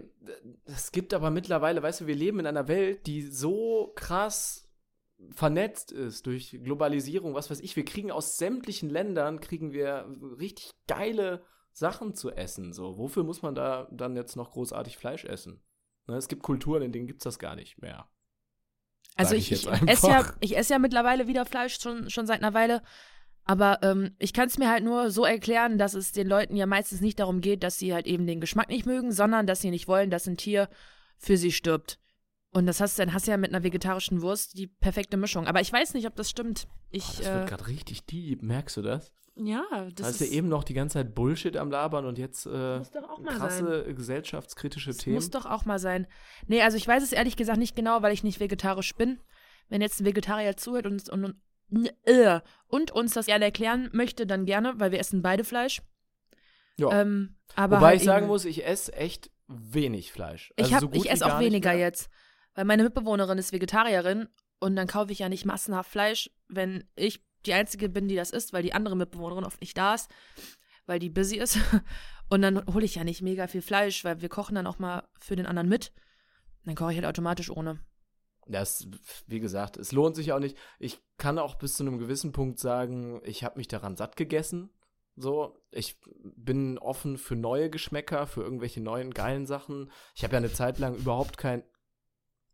Speaker 1: es gibt aber mittlerweile, weißt du, wir leben in einer Welt, die so krass vernetzt ist durch Globalisierung, was weiß ich. Wir kriegen aus sämtlichen Ländern, kriegen wir richtig geile Sachen zu essen. So, wofür muss man da dann jetzt noch großartig Fleisch essen? Ne, es gibt Kulturen, in denen gibt es das gar nicht mehr.
Speaker 2: Also
Speaker 1: Sag
Speaker 2: ich,
Speaker 1: ich
Speaker 2: ich,
Speaker 1: jetzt
Speaker 2: esse ja,
Speaker 1: einfach.
Speaker 2: ich esse ja mittlerweile wieder Fleisch schon, schon seit einer Weile. Aber ähm, ich kann es mir halt nur so erklären, dass es den Leuten ja meistens nicht darum geht, dass sie halt eben den Geschmack nicht mögen, sondern dass sie nicht wollen, dass ein Tier für sie stirbt. Und das hast du dann hast du ja mit einer vegetarischen Wurst die perfekte Mischung. Aber ich weiß nicht, ob das stimmt.
Speaker 1: Boah,
Speaker 2: Ich,
Speaker 1: Ah, das
Speaker 2: äh,
Speaker 1: wird gerade richtig deep, merkst du das?
Speaker 2: ja, das
Speaker 1: Das ist ja
Speaker 2: ist-
Speaker 1: eben noch die ganze Zeit Bullshit am Labern und jetzt äh,
Speaker 2: muss doch auch mal sein.
Speaker 1: krasse gesellschaftskritische
Speaker 2: Das
Speaker 1: Themen.
Speaker 2: muss doch auch mal sein. Nee, also ich weiß es ehrlich gesagt nicht genau, weil ich nicht vegetarisch bin. Wenn jetzt ein Vegetarier zuhört und, und, und, äh, und uns das gerne erklären möchte, dann gerne, weil wir essen beide Fleisch.
Speaker 1: ja.
Speaker 2: Ähm, aber
Speaker 1: Oh. Wobei
Speaker 2: halt
Speaker 1: ich sagen
Speaker 2: eben-
Speaker 1: muss, ich esse echt wenig Fleisch.
Speaker 2: ich,
Speaker 1: Also
Speaker 2: hab,
Speaker 1: so gut
Speaker 2: ich esse
Speaker 1: wie
Speaker 2: auch
Speaker 1: gar nicht
Speaker 2: weniger
Speaker 1: mehr.
Speaker 2: jetzt, weil meine Mitbewohnerin ist Vegetarierin und dann kaufe ich ja nicht massenhaft Fleisch, wenn ich die Einzige bin, die das isst, weil die andere Mitbewohnerin oft nicht da ist. weil die busy ist. Und dann hole ich ja nicht mega viel Fleisch, weil wir kochen dann auch mal für den anderen mit. Dann koche ich halt automatisch ohne.
Speaker 1: Das, wie gesagt, es lohnt sich auch nicht. Ich kann auch bis zu einem gewissen Punkt sagen, ich habe mich daran satt gegessen. So, ich bin offen für neue Geschmäcker, für irgendwelche neuen geilen Sachen. Ich habe ja eine Zeit lang überhaupt kein.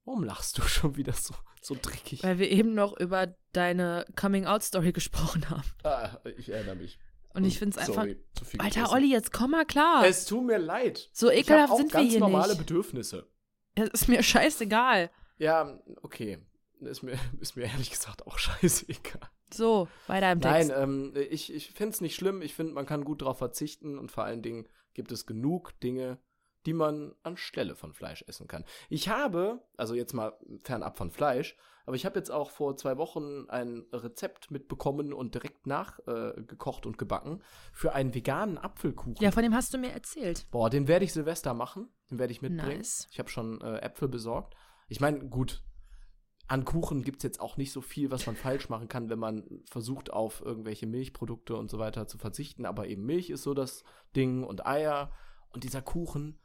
Speaker 1: Warum lachst du schon wieder so, so dreckig?
Speaker 2: Weil wir eben noch über deine Coming-out-Story gesprochen haben.
Speaker 1: Ah, ich erinnere mich.
Speaker 2: Und ich finde es einfach.
Speaker 1: Sorry, zu viel
Speaker 2: Alter,
Speaker 1: gegessen.
Speaker 2: Olli, jetzt komm mal klar.
Speaker 1: Es tut mir leid.
Speaker 2: so
Speaker 1: ich habe
Speaker 2: ekelhaft
Speaker 1: auch
Speaker 2: sind wir
Speaker 1: ganz
Speaker 2: hier
Speaker 1: normale
Speaker 2: nicht.
Speaker 1: Bedürfnisse.
Speaker 2: Das ist mir scheißegal.
Speaker 1: Ja, okay. Ist mir, ist mir ehrlich gesagt auch scheißegal.
Speaker 2: So, weiter im Text.
Speaker 1: Nein, ähm, ich, ich finde es nicht schlimm. Ich finde, man kann gut darauf verzichten und vor allen Dingen gibt es genug Dinge, die man anstelle von Fleisch essen kann. Ich habe, also jetzt mal fernab von Fleisch, aber ich habe jetzt auch vor zwei Wochen ein Rezept mitbekommen und direkt nachgekocht äh, gekocht und gebacken für einen veganen Apfelkuchen.
Speaker 2: ja, von dem hast du mir erzählt.
Speaker 1: Boah, den werde ich Silvester machen. Den werde ich mitbringen.
Speaker 2: Nice.
Speaker 1: Ich habe schon äh, Äpfel besorgt. Ich meine, gut, an Kuchen gibt es jetzt auch nicht so viel, was man falsch machen kann, wenn man versucht, auf irgendwelche Milchprodukte und so weiter zu verzichten. Aber eben Milch ist so das Ding und Eier. Und dieser Kuchen,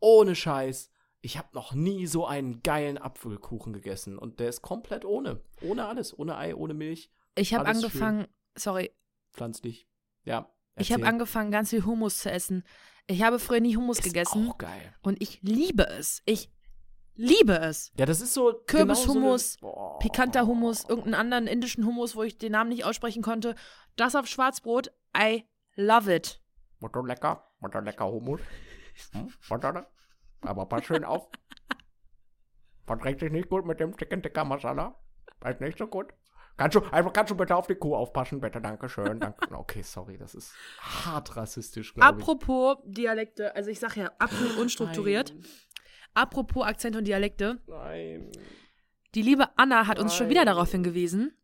Speaker 1: ohne Scheiß, ich habe noch nie so einen geilen Apfelkuchen gegessen. Und der ist komplett ohne. Ohne alles. Ohne Ei, ohne Milch,
Speaker 2: Ich habe
Speaker 1: Alles
Speaker 2: angefangen, sorry,
Speaker 1: pflanzlich. Ja.
Speaker 2: ich habe
Speaker 1: erzähl.
Speaker 2: angefangen, ganz viel Hummus zu essen. Ich habe früher nie Hummus
Speaker 1: Ist
Speaker 2: gegessen
Speaker 1: Auch geil.
Speaker 2: und ich liebe es. Ich liebe es.
Speaker 1: Ja, das ist so.
Speaker 2: Kürbishummus,
Speaker 1: genau so eine- Boah.
Speaker 2: pikanter Hummus, irgendeinen anderen indischen Hummus, wo ich den Namen nicht aussprechen konnte. Das auf Schwarzbrot, I love it.
Speaker 3: Mutter lecker, Mutter lecker Hummus. Hm? Mutter, aber pass schön auf. Verträgt sich nicht gut mit dem Chicken Tikka Masala. Ist nicht so gut. Kannst du, einfach kannst du bitte auf die Kuh aufpassen, bitte, danke schön. Danke.
Speaker 1: Okay, sorry, das ist hart rassistisch, glaube ich.
Speaker 2: Apropos Dialekte, also ich sage ja, absolut unstrukturiert. Apropos Akzente und Dialekte.
Speaker 1: Nein.
Speaker 2: Die liebe Anna hat uns schon wieder
Speaker 1: Nein.
Speaker 2: darauf hingewiesen,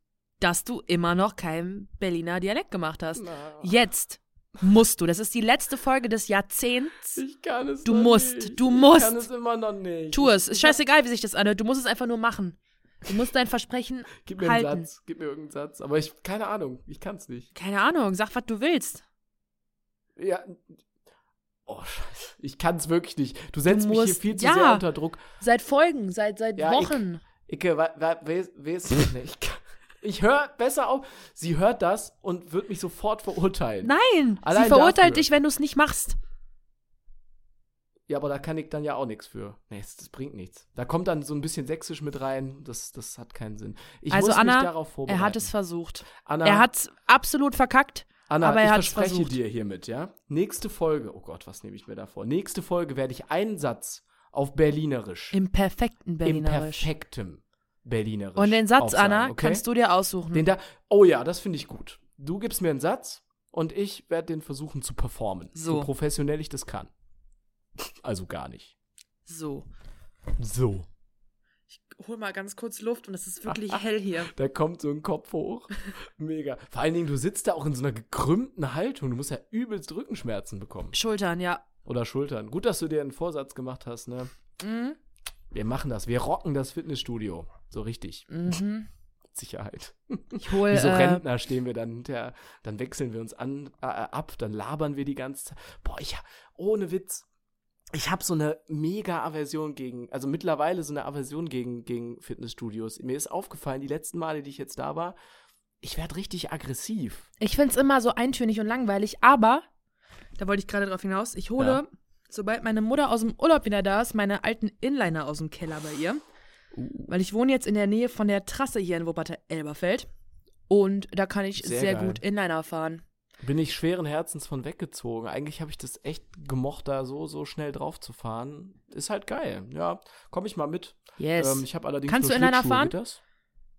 Speaker 2: dass du immer noch keinen Berliner Dialekt gemacht hast.
Speaker 1: Oh.
Speaker 2: Jetzt musst du. Das ist die letzte Folge des Jahrzehnts.
Speaker 1: Ich kann es
Speaker 2: Du
Speaker 1: noch
Speaker 2: musst,
Speaker 1: nicht.
Speaker 2: du
Speaker 1: Oh, Ich kann
Speaker 2: musst.
Speaker 1: es immer noch nicht.
Speaker 2: Tu es. Ist scheißegal, wie sich das anhört. Du musst es einfach nur machen. Du musst dein Versprechen
Speaker 1: Gib mir
Speaker 2: halten.
Speaker 1: einen Satz, gib mir irgendeinen Satz. Aber ich, keine Ahnung, ich kann es nicht.
Speaker 2: Keine Ahnung, sag, was du willst.
Speaker 1: Ja. Oh, scheiße. Ich kann es wirklich nicht. Du setzt
Speaker 2: Du
Speaker 1: mich hier
Speaker 2: musst-
Speaker 1: viel zu
Speaker 2: ja.
Speaker 1: sehr unter Druck.
Speaker 2: Seit Folgen, seit, seit
Speaker 1: Ja, ich-
Speaker 2: Wochen.
Speaker 1: Icke, wa- wa- we- weißt du nicht. Ich höre besser auf. Sie hört das und wird mich sofort verurteilen.
Speaker 2: Nein,
Speaker 1: Allein
Speaker 2: sie verurteilt
Speaker 1: dafür.
Speaker 2: dich, wenn du es nicht machst.
Speaker 1: Ja, aber da kann ich dann ja auch nichts für. Nee, das, das bringt nichts. Da kommt dann so ein bisschen Sächsisch mit rein. Das, das hat keinen Sinn. Ich
Speaker 2: also
Speaker 1: muss
Speaker 2: Anna,
Speaker 1: mich darauf vorbereiten.
Speaker 2: er hat es versucht.
Speaker 1: Anna,
Speaker 2: Er hat es absolut verkackt.
Speaker 1: Anna,
Speaker 2: aber er
Speaker 1: ich
Speaker 2: hat's
Speaker 1: verspreche
Speaker 2: versucht.
Speaker 1: dir hiermit, ja? Nächste Folge, oh Gott, was nehme ich mir da vor? Nächste Folge werde ich einen Satz auf Berlinerisch.
Speaker 2: Im perfekten Berlinerisch.
Speaker 1: Im perfektem Berlinerisch.
Speaker 2: Und den Satz,
Speaker 1: aufsagen,
Speaker 2: Anna,
Speaker 1: okay?
Speaker 2: kannst du dir aussuchen.
Speaker 1: Den da, oh ja, das finde ich gut. Du gibst mir einen Satz und ich werde den versuchen zu performen.
Speaker 2: So.
Speaker 1: so professionell ich das kann. Also gar nicht.
Speaker 2: so.
Speaker 1: So.
Speaker 2: Hol mal ganz kurz Luft und es ist wirklich hell hier.
Speaker 1: Da kommt so ein Kopf hoch. Mega. Vor allen Dingen, du sitzt da auch in so einer gekrümmten Haltung. Du musst ja übelst Rückenschmerzen bekommen.
Speaker 2: Schultern, ja.
Speaker 1: Oder Schultern. Gut, dass du dir einen Vorsatz gemacht hast, ne?
Speaker 2: Mhm.
Speaker 1: Wir machen das. Wir rocken das Fitnessstudio. So richtig.
Speaker 2: Mhm.
Speaker 1: Mit Sicherheit.
Speaker 2: Ich hole.
Speaker 1: Wie so
Speaker 2: Äh,
Speaker 1: Rentner stehen wir dann hinterher. Dann wechseln wir uns an, äh, ab. Dann labern wir die ganze Zeit. Boah, ich, ohne Witz. Ich habe so eine mega Aversion gegen, also mittlerweile so eine Aversion gegen, gegen Fitnessstudios. Mir ist aufgefallen, die letzten Male, die ich jetzt da war, ich werde richtig aggressiv.
Speaker 2: ich finde es immer so eintönig und langweilig, aber da wollte ich gerade drauf hinaus. Ich hole,
Speaker 1: Ja.
Speaker 2: sobald meine Mutter aus dem Urlaub wieder da ist, meine alten Inliner aus dem Keller bei ihr. Weil ich wohne jetzt in der Nähe von der Trasse hier in Wuppertal-Elberfeld. Und da kann ich sehr,
Speaker 1: Sehr geil.
Speaker 2: gut Inliner fahren.
Speaker 1: bin ich schweren Herzens von weggezogen. Eigentlich habe ich das echt gemocht, da so, so schnell drauf zu fahren. Ist halt geil. Ja, komm ich mal mit.
Speaker 2: Yes.
Speaker 1: Ähm, ich habe allerdings
Speaker 2: Kannst
Speaker 1: nur
Speaker 2: du in einer
Speaker 1: Schlittschuhe,
Speaker 2: fahren?
Speaker 1: geht Das?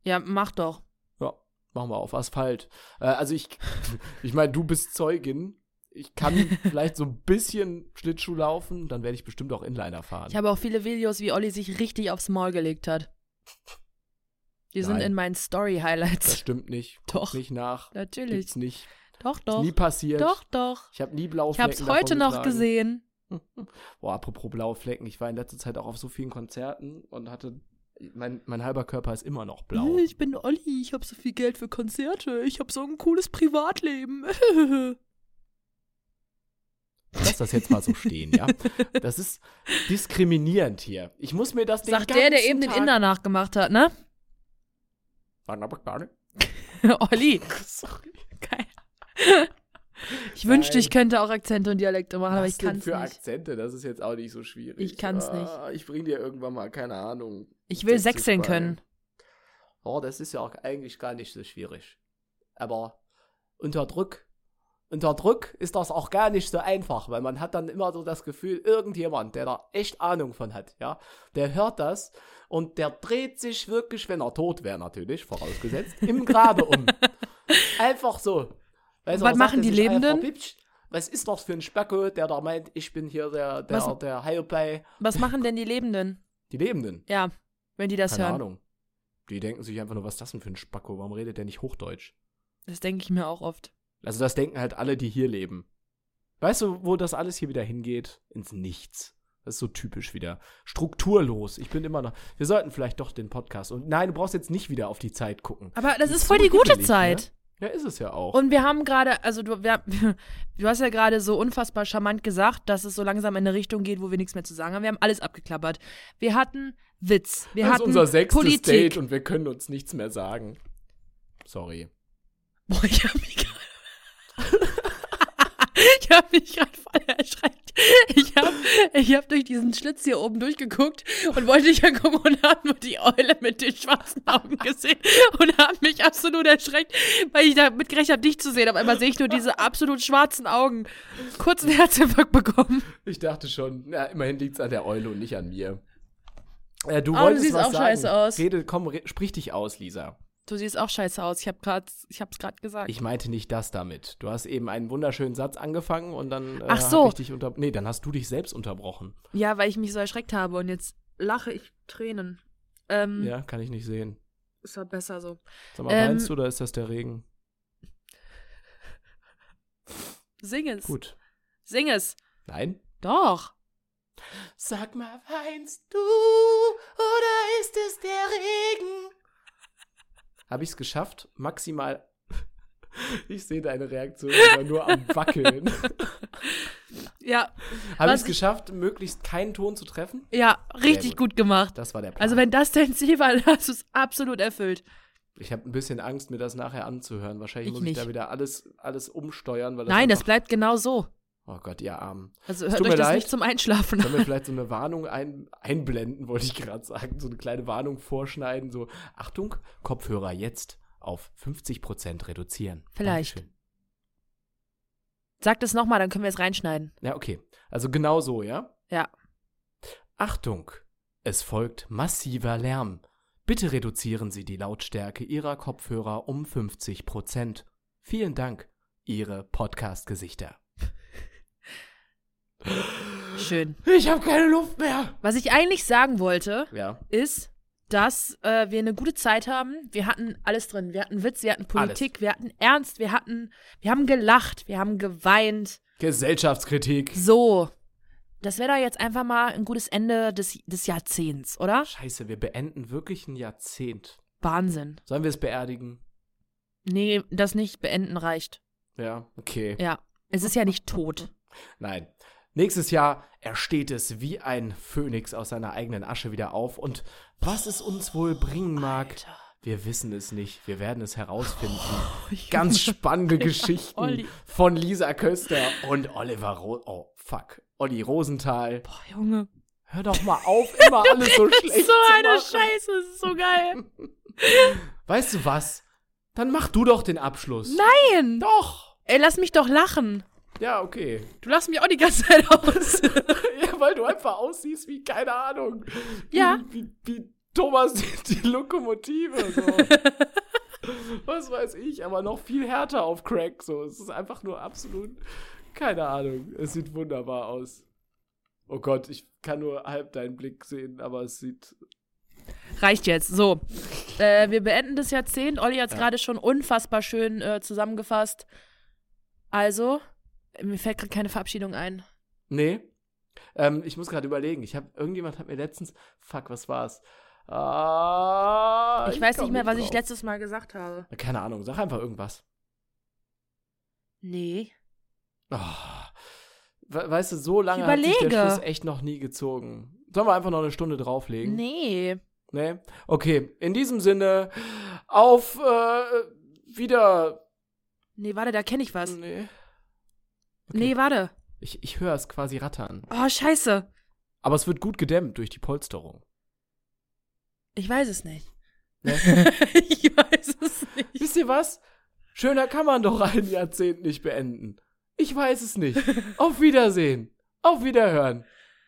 Speaker 2: ja, mach doch.
Speaker 1: Ja, machen wir auf Asphalt. Äh, also ich, ich meine, du bist Zeugin. Ich kann vielleicht so ein bisschen Schlittschuh laufen, dann werde ich bestimmt auch Inliner fahren.
Speaker 2: Ich habe auch viele Videos, wie Olli sich richtig aufs Maul gelegt hat. Die sind
Speaker 1: Nein.
Speaker 2: in meinen
Speaker 1: das
Speaker 2: Story-Highlights.
Speaker 1: stimmt nicht. Guckt
Speaker 2: Doch.
Speaker 1: Nicht nach.
Speaker 2: Natürlich.
Speaker 1: Gibt's nicht.
Speaker 2: Doch,
Speaker 1: Ist
Speaker 2: doch.
Speaker 1: nie passiert.
Speaker 2: Doch, doch.
Speaker 1: Ich habe nie
Speaker 2: Ich
Speaker 1: Blauflecken
Speaker 2: hab's heute
Speaker 1: davon
Speaker 2: noch
Speaker 1: getragen.
Speaker 2: gesehen.
Speaker 1: Boah, apropos blaue Flecken, ich war in letzter Zeit auch auf so vielen Konzerten und hatte, mein, mein halber Körper ist immer noch blau.
Speaker 2: Äh, Ich bin Olli, ich hab so viel Geld für Konzerte. Ich hab so ein cooles Privatleben.
Speaker 1: das jetzt mal so stehen, ja? Das ist diskriminierend hier. Ich muss mir das den
Speaker 2: Sagt der, der
Speaker 1: ganzen
Speaker 2: eben den
Speaker 1: Tag
Speaker 2: Inder nachgemacht hat, ne?
Speaker 3: Nein, aber gar nicht.
Speaker 2: Olli. Sorry. Geil. Ich wünschte, ich könnte auch Akzente und Dialekte machen, aber
Speaker 1: Was
Speaker 2: ich kann's
Speaker 1: denn für
Speaker 2: nicht.
Speaker 1: Akzente, das ist jetzt auch nicht so schwierig.
Speaker 2: Ich kann's
Speaker 1: nicht. Ich bring dir irgendwann mal, keine Ahnung.
Speaker 2: Ich will
Speaker 1: 60
Speaker 2: sechseln
Speaker 1: bei.
Speaker 2: können.
Speaker 1: Oh, das ist ja auch eigentlich gar nicht so schwierig. Aber unter Druck, unter Druck ist das auch gar nicht so einfach, weil man hat dann immer so das Gefühl, irgendjemand, der da echt Ahnung von hat, ja, der hört das und der dreht sich wirklich, wenn er tot wäre natürlich, vorausgesetzt, im Grabe um. Einfach so. Weißt du,
Speaker 2: Was
Speaker 1: er sagt
Speaker 2: machen
Speaker 1: es
Speaker 2: die
Speaker 1: sich, "Ah Alter,
Speaker 2: Lebenden?
Speaker 1: Bitch, Was ist das für ein Spacko, der da meint, ich bin hier der, der,
Speaker 2: Was-
Speaker 1: der Heilblei?
Speaker 2: Was machen denn die Lebenden?
Speaker 1: Die Lebenden.
Speaker 2: Ja, wenn die das
Speaker 1: Keine
Speaker 2: hören.
Speaker 1: Ahnung. Die denken sich einfach nur, was ist das denn für ein Spacko? Warum redet der nicht Hochdeutsch?
Speaker 2: Das denke ich mir auch oft.
Speaker 1: Also das denken halt alle, die hier leben. Weißt du, wo das alles hier wieder hingeht? Ins Nichts. Das ist so typisch wieder. Strukturlos. Ich bin immer noch. Wir sollten vielleicht doch den Podcast. Und nein, du brauchst jetzt nicht wieder auf die Zeit gucken.
Speaker 2: Aber das,
Speaker 1: Das
Speaker 2: ist
Speaker 1: ist
Speaker 2: voll
Speaker 1: so
Speaker 2: die gute
Speaker 1: hibbelig, ne?
Speaker 2: Zeit.
Speaker 1: Ja, ist es ja auch.
Speaker 2: Und wir haben gerade, also du, wir, du hast ja gerade so unfassbar charmant gesagt, dass es so langsam in eine Richtung geht, wo wir nichts mehr zu sagen haben. Wir haben alles abgeklappert. Wir hatten Witz, wir
Speaker 1: das ist
Speaker 2: hatten
Speaker 1: unser sechstes
Speaker 2: Politik.
Speaker 1: Date und wir können uns nichts mehr sagen. Sorry.
Speaker 2: Boah, ich hab mich gerade. ich hab mich gerade voll erschreckt. Ich hab, ich hab durch diesen Schlitz hier oben durchgeguckt und wollte dich angucken und hab nur die Eule mit den schwarzen Augen gesehen und hab mich absolut erschreckt, weil ich damit gerechnet hab, dich zu sehen. Auf einmal sehe ich nur diese absolut schwarzen Augen. Kurz einen Herzinfarkt bekommen.
Speaker 1: Ich dachte schon, na, immerhin liegt's an der Eule und nicht an mir. Äh, du
Speaker 2: Aber Oh, du
Speaker 1: wolltest
Speaker 2: siehst
Speaker 1: was
Speaker 2: auch
Speaker 1: sagen.
Speaker 2: scheiße aus.
Speaker 1: Rede, komm, re sprich dich aus, Lisa.
Speaker 2: Du siehst auch scheiße aus. Ich hab grad, ich hab's gerade gesagt.
Speaker 1: Ich meinte nicht das damit. Du hast eben einen wunderschönen Satz angefangen und dann äh,
Speaker 2: Ach so.
Speaker 1: hab ich dich unter Nee, dann hast du dich selbst unterbrochen.
Speaker 2: ja, weil ich mich so erschreckt habe und jetzt lache ich Tränen. Ähm,
Speaker 1: Ja, kann ich nicht sehen.
Speaker 2: Ist ja besser so.
Speaker 1: Sag mal,
Speaker 2: Ähm,
Speaker 1: weinst du oder ist das der Regen?
Speaker 2: Sing es.
Speaker 1: Gut.
Speaker 2: Sing es.
Speaker 1: Nein?
Speaker 2: Doch.
Speaker 1: Sag mal, weinst du oder ist es der Regen? Habe ich es geschafft? Maximal. Ich sehe deine Reaktion aber nur am Wackeln.
Speaker 2: Ja,
Speaker 1: Habe ich
Speaker 2: Was
Speaker 1: es
Speaker 2: ich-
Speaker 1: geschafft, möglichst keinen Ton zu treffen?
Speaker 2: ja, richtig
Speaker 1: gut.
Speaker 2: gut gemacht.
Speaker 1: Das war der Plan.
Speaker 2: Also wenn das dein Ziel war, dann hast du es absolut erfüllt.
Speaker 1: ich habe ein bisschen Angst, mir das nachher anzuhören. Wahrscheinlich
Speaker 2: Ich
Speaker 1: muss ich da
Speaker 2: nicht.
Speaker 1: wieder alles, alles umsteuern. Weil das
Speaker 2: Nein, das
Speaker 1: einfach-
Speaker 2: bleibt genau so.
Speaker 1: Oh Gott, ihr Armen.
Speaker 2: Also
Speaker 1: Es
Speaker 2: hört
Speaker 1: tut
Speaker 2: euch
Speaker 1: mir
Speaker 2: das
Speaker 1: leid.
Speaker 2: nicht zum Einschlafen
Speaker 1: Können
Speaker 2: an.
Speaker 1: wir vielleicht so eine Warnung ein, einblenden, wollte ich gerade sagen. So eine kleine Warnung vorschneiden. So, Achtung, Kopfhörer jetzt auf 50% reduzieren.
Speaker 2: Vielleicht.
Speaker 1: Dankeschön.
Speaker 2: Sag das nochmal, dann können wir es reinschneiden.
Speaker 1: Ja, okay. Also genau so, ja?
Speaker 2: Ja.
Speaker 1: Achtung, es folgt massiver Lärm. Bitte reduzieren Sie die Lautstärke Ihrer Kopfhörer um 50%. Vielen Dank, Ihre Podcast-Gesichter.
Speaker 2: Schön.
Speaker 1: Ich habe keine Luft mehr.
Speaker 2: Was ich eigentlich sagen wollte,
Speaker 1: Ja.
Speaker 2: ist, dass äh, wir eine gute Zeit haben. Wir hatten alles drin. Wir hatten Witz, wir hatten Politik, wir hatten Ernst, wir hatten, wir haben gelacht, wir haben geweint.
Speaker 1: Gesellschaftskritik.
Speaker 2: So. Das wäre doch jetzt einfach mal ein gutes Ende des, des Jahrzehnts, oder?
Speaker 1: Scheiße, wir beenden wirklich ein Jahrzehnt.
Speaker 2: Wahnsinn.
Speaker 1: Sollen wir es beerdigen?
Speaker 2: Nee, das nicht beenden reicht.
Speaker 1: Ja, okay.
Speaker 2: Ja. Es ist ja nicht tot.
Speaker 1: Nein. Nächstes Jahr ersteht es wie ein Phönix aus seiner eigenen Asche wieder auf. Und was es uns wohl bringen mag,
Speaker 2: Alter.
Speaker 1: wir wissen es nicht. Wir werden es herausfinden. Ganz spannende Geschichten
Speaker 2: Olli.
Speaker 1: von Lisa Köster und Oliver Ro Oh, fuck. Olli Rosenthal.
Speaker 2: Boah, Junge.
Speaker 1: Hör doch mal auf, immer alles so
Speaker 2: Das
Speaker 1: schlecht
Speaker 2: ist so
Speaker 1: zu
Speaker 2: eine
Speaker 1: machen.
Speaker 2: Scheiße, das ist so geil.
Speaker 1: Weißt du was? Dann mach du doch den Abschluss.
Speaker 2: Nein!
Speaker 1: Doch.
Speaker 2: Ey, lass mich doch lachen.
Speaker 1: Ja, okay.
Speaker 2: Du lachst mich auch die ganze Zeit aus.
Speaker 1: Ja, weil du einfach aussiehst wie, keine Ahnung. Wie,
Speaker 2: Ja.
Speaker 1: Wie, wie Thomas die, die Lokomotive. So. Was weiß ich, aber noch viel härter auf Crack. So. Es ist einfach nur absolut, keine Ahnung. Es sieht wunderbar aus. Oh Gott, ich kann nur halb deinen Blick sehen, aber es sieht.
Speaker 2: Reicht jetzt. So. Äh, wir beenden das Jahrzehnt. Olli hat es gerade schon unfassbar schön äh, zusammengefasst. Also, mir fällt gerade keine Verabschiedung ein.
Speaker 1: Nee. Ähm, ich muss gerade überlegen. Ich habe irgendjemand hat mir letztens. Fuck, was war's? Ah,
Speaker 2: Ich, weiß
Speaker 1: komm
Speaker 2: nicht mehr, was ich
Speaker 1: drauf.
Speaker 2: letztes Mal gesagt habe.
Speaker 1: Keine Ahnung, sag einfach irgendwas.
Speaker 2: Nee.
Speaker 1: Oh, we- weißt du, so lange
Speaker 2: Ich
Speaker 1: hat sich der
Speaker 2: überlege.
Speaker 1: Schluss echt noch nie gezogen. Sollen wir einfach noch eine Stunde drauflegen?
Speaker 2: Nee.
Speaker 1: Nee? Okay, in diesem Sinne, auf äh, wieder.
Speaker 2: Nee, warte, da kenne ich was.
Speaker 1: Nee.
Speaker 2: Nee, warte.
Speaker 1: Ich, ich höre es quasi rattern.
Speaker 2: Oh, scheiße.
Speaker 1: Aber es wird gut gedämmt durch die Polsterung.
Speaker 2: Ich weiß es nicht.
Speaker 1: Ne?
Speaker 2: ich weiß es nicht.
Speaker 1: Wisst ihr was? Schöner kann man doch ein Jahrzehnt nicht beenden. Ich weiß es nicht. Auf Wiedersehen. Auf Wiederhören.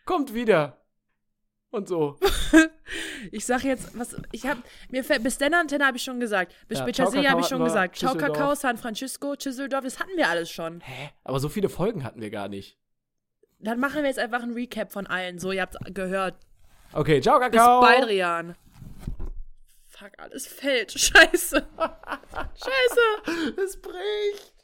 Speaker 1: Kommt wieder. Und so.
Speaker 2: Ich sag jetzt, was ich hab mir fällt bis Denner Antenne habe ich schon gesagt. Bis
Speaker 1: Ja,
Speaker 2: später
Speaker 1: Ciao,
Speaker 2: See
Speaker 1: Kakao
Speaker 2: habe ich
Speaker 1: hatten
Speaker 2: schon
Speaker 1: wir,
Speaker 2: gesagt. Ciao
Speaker 1: Düsseldorf.
Speaker 2: Kakao, San Francisco, Düsseldorf, das hatten wir alles schon.
Speaker 1: Hä? Aber so viele Folgen hatten wir gar nicht.
Speaker 2: Dann machen wir jetzt einfach ein Recap von allen. So, ihr habt gehört.
Speaker 1: Okay, ciao,
Speaker 2: Bis
Speaker 1: Kakao.
Speaker 2: bald, Rian. Fuck, alles fällt. Scheiße. Scheiße.
Speaker 1: Es bricht.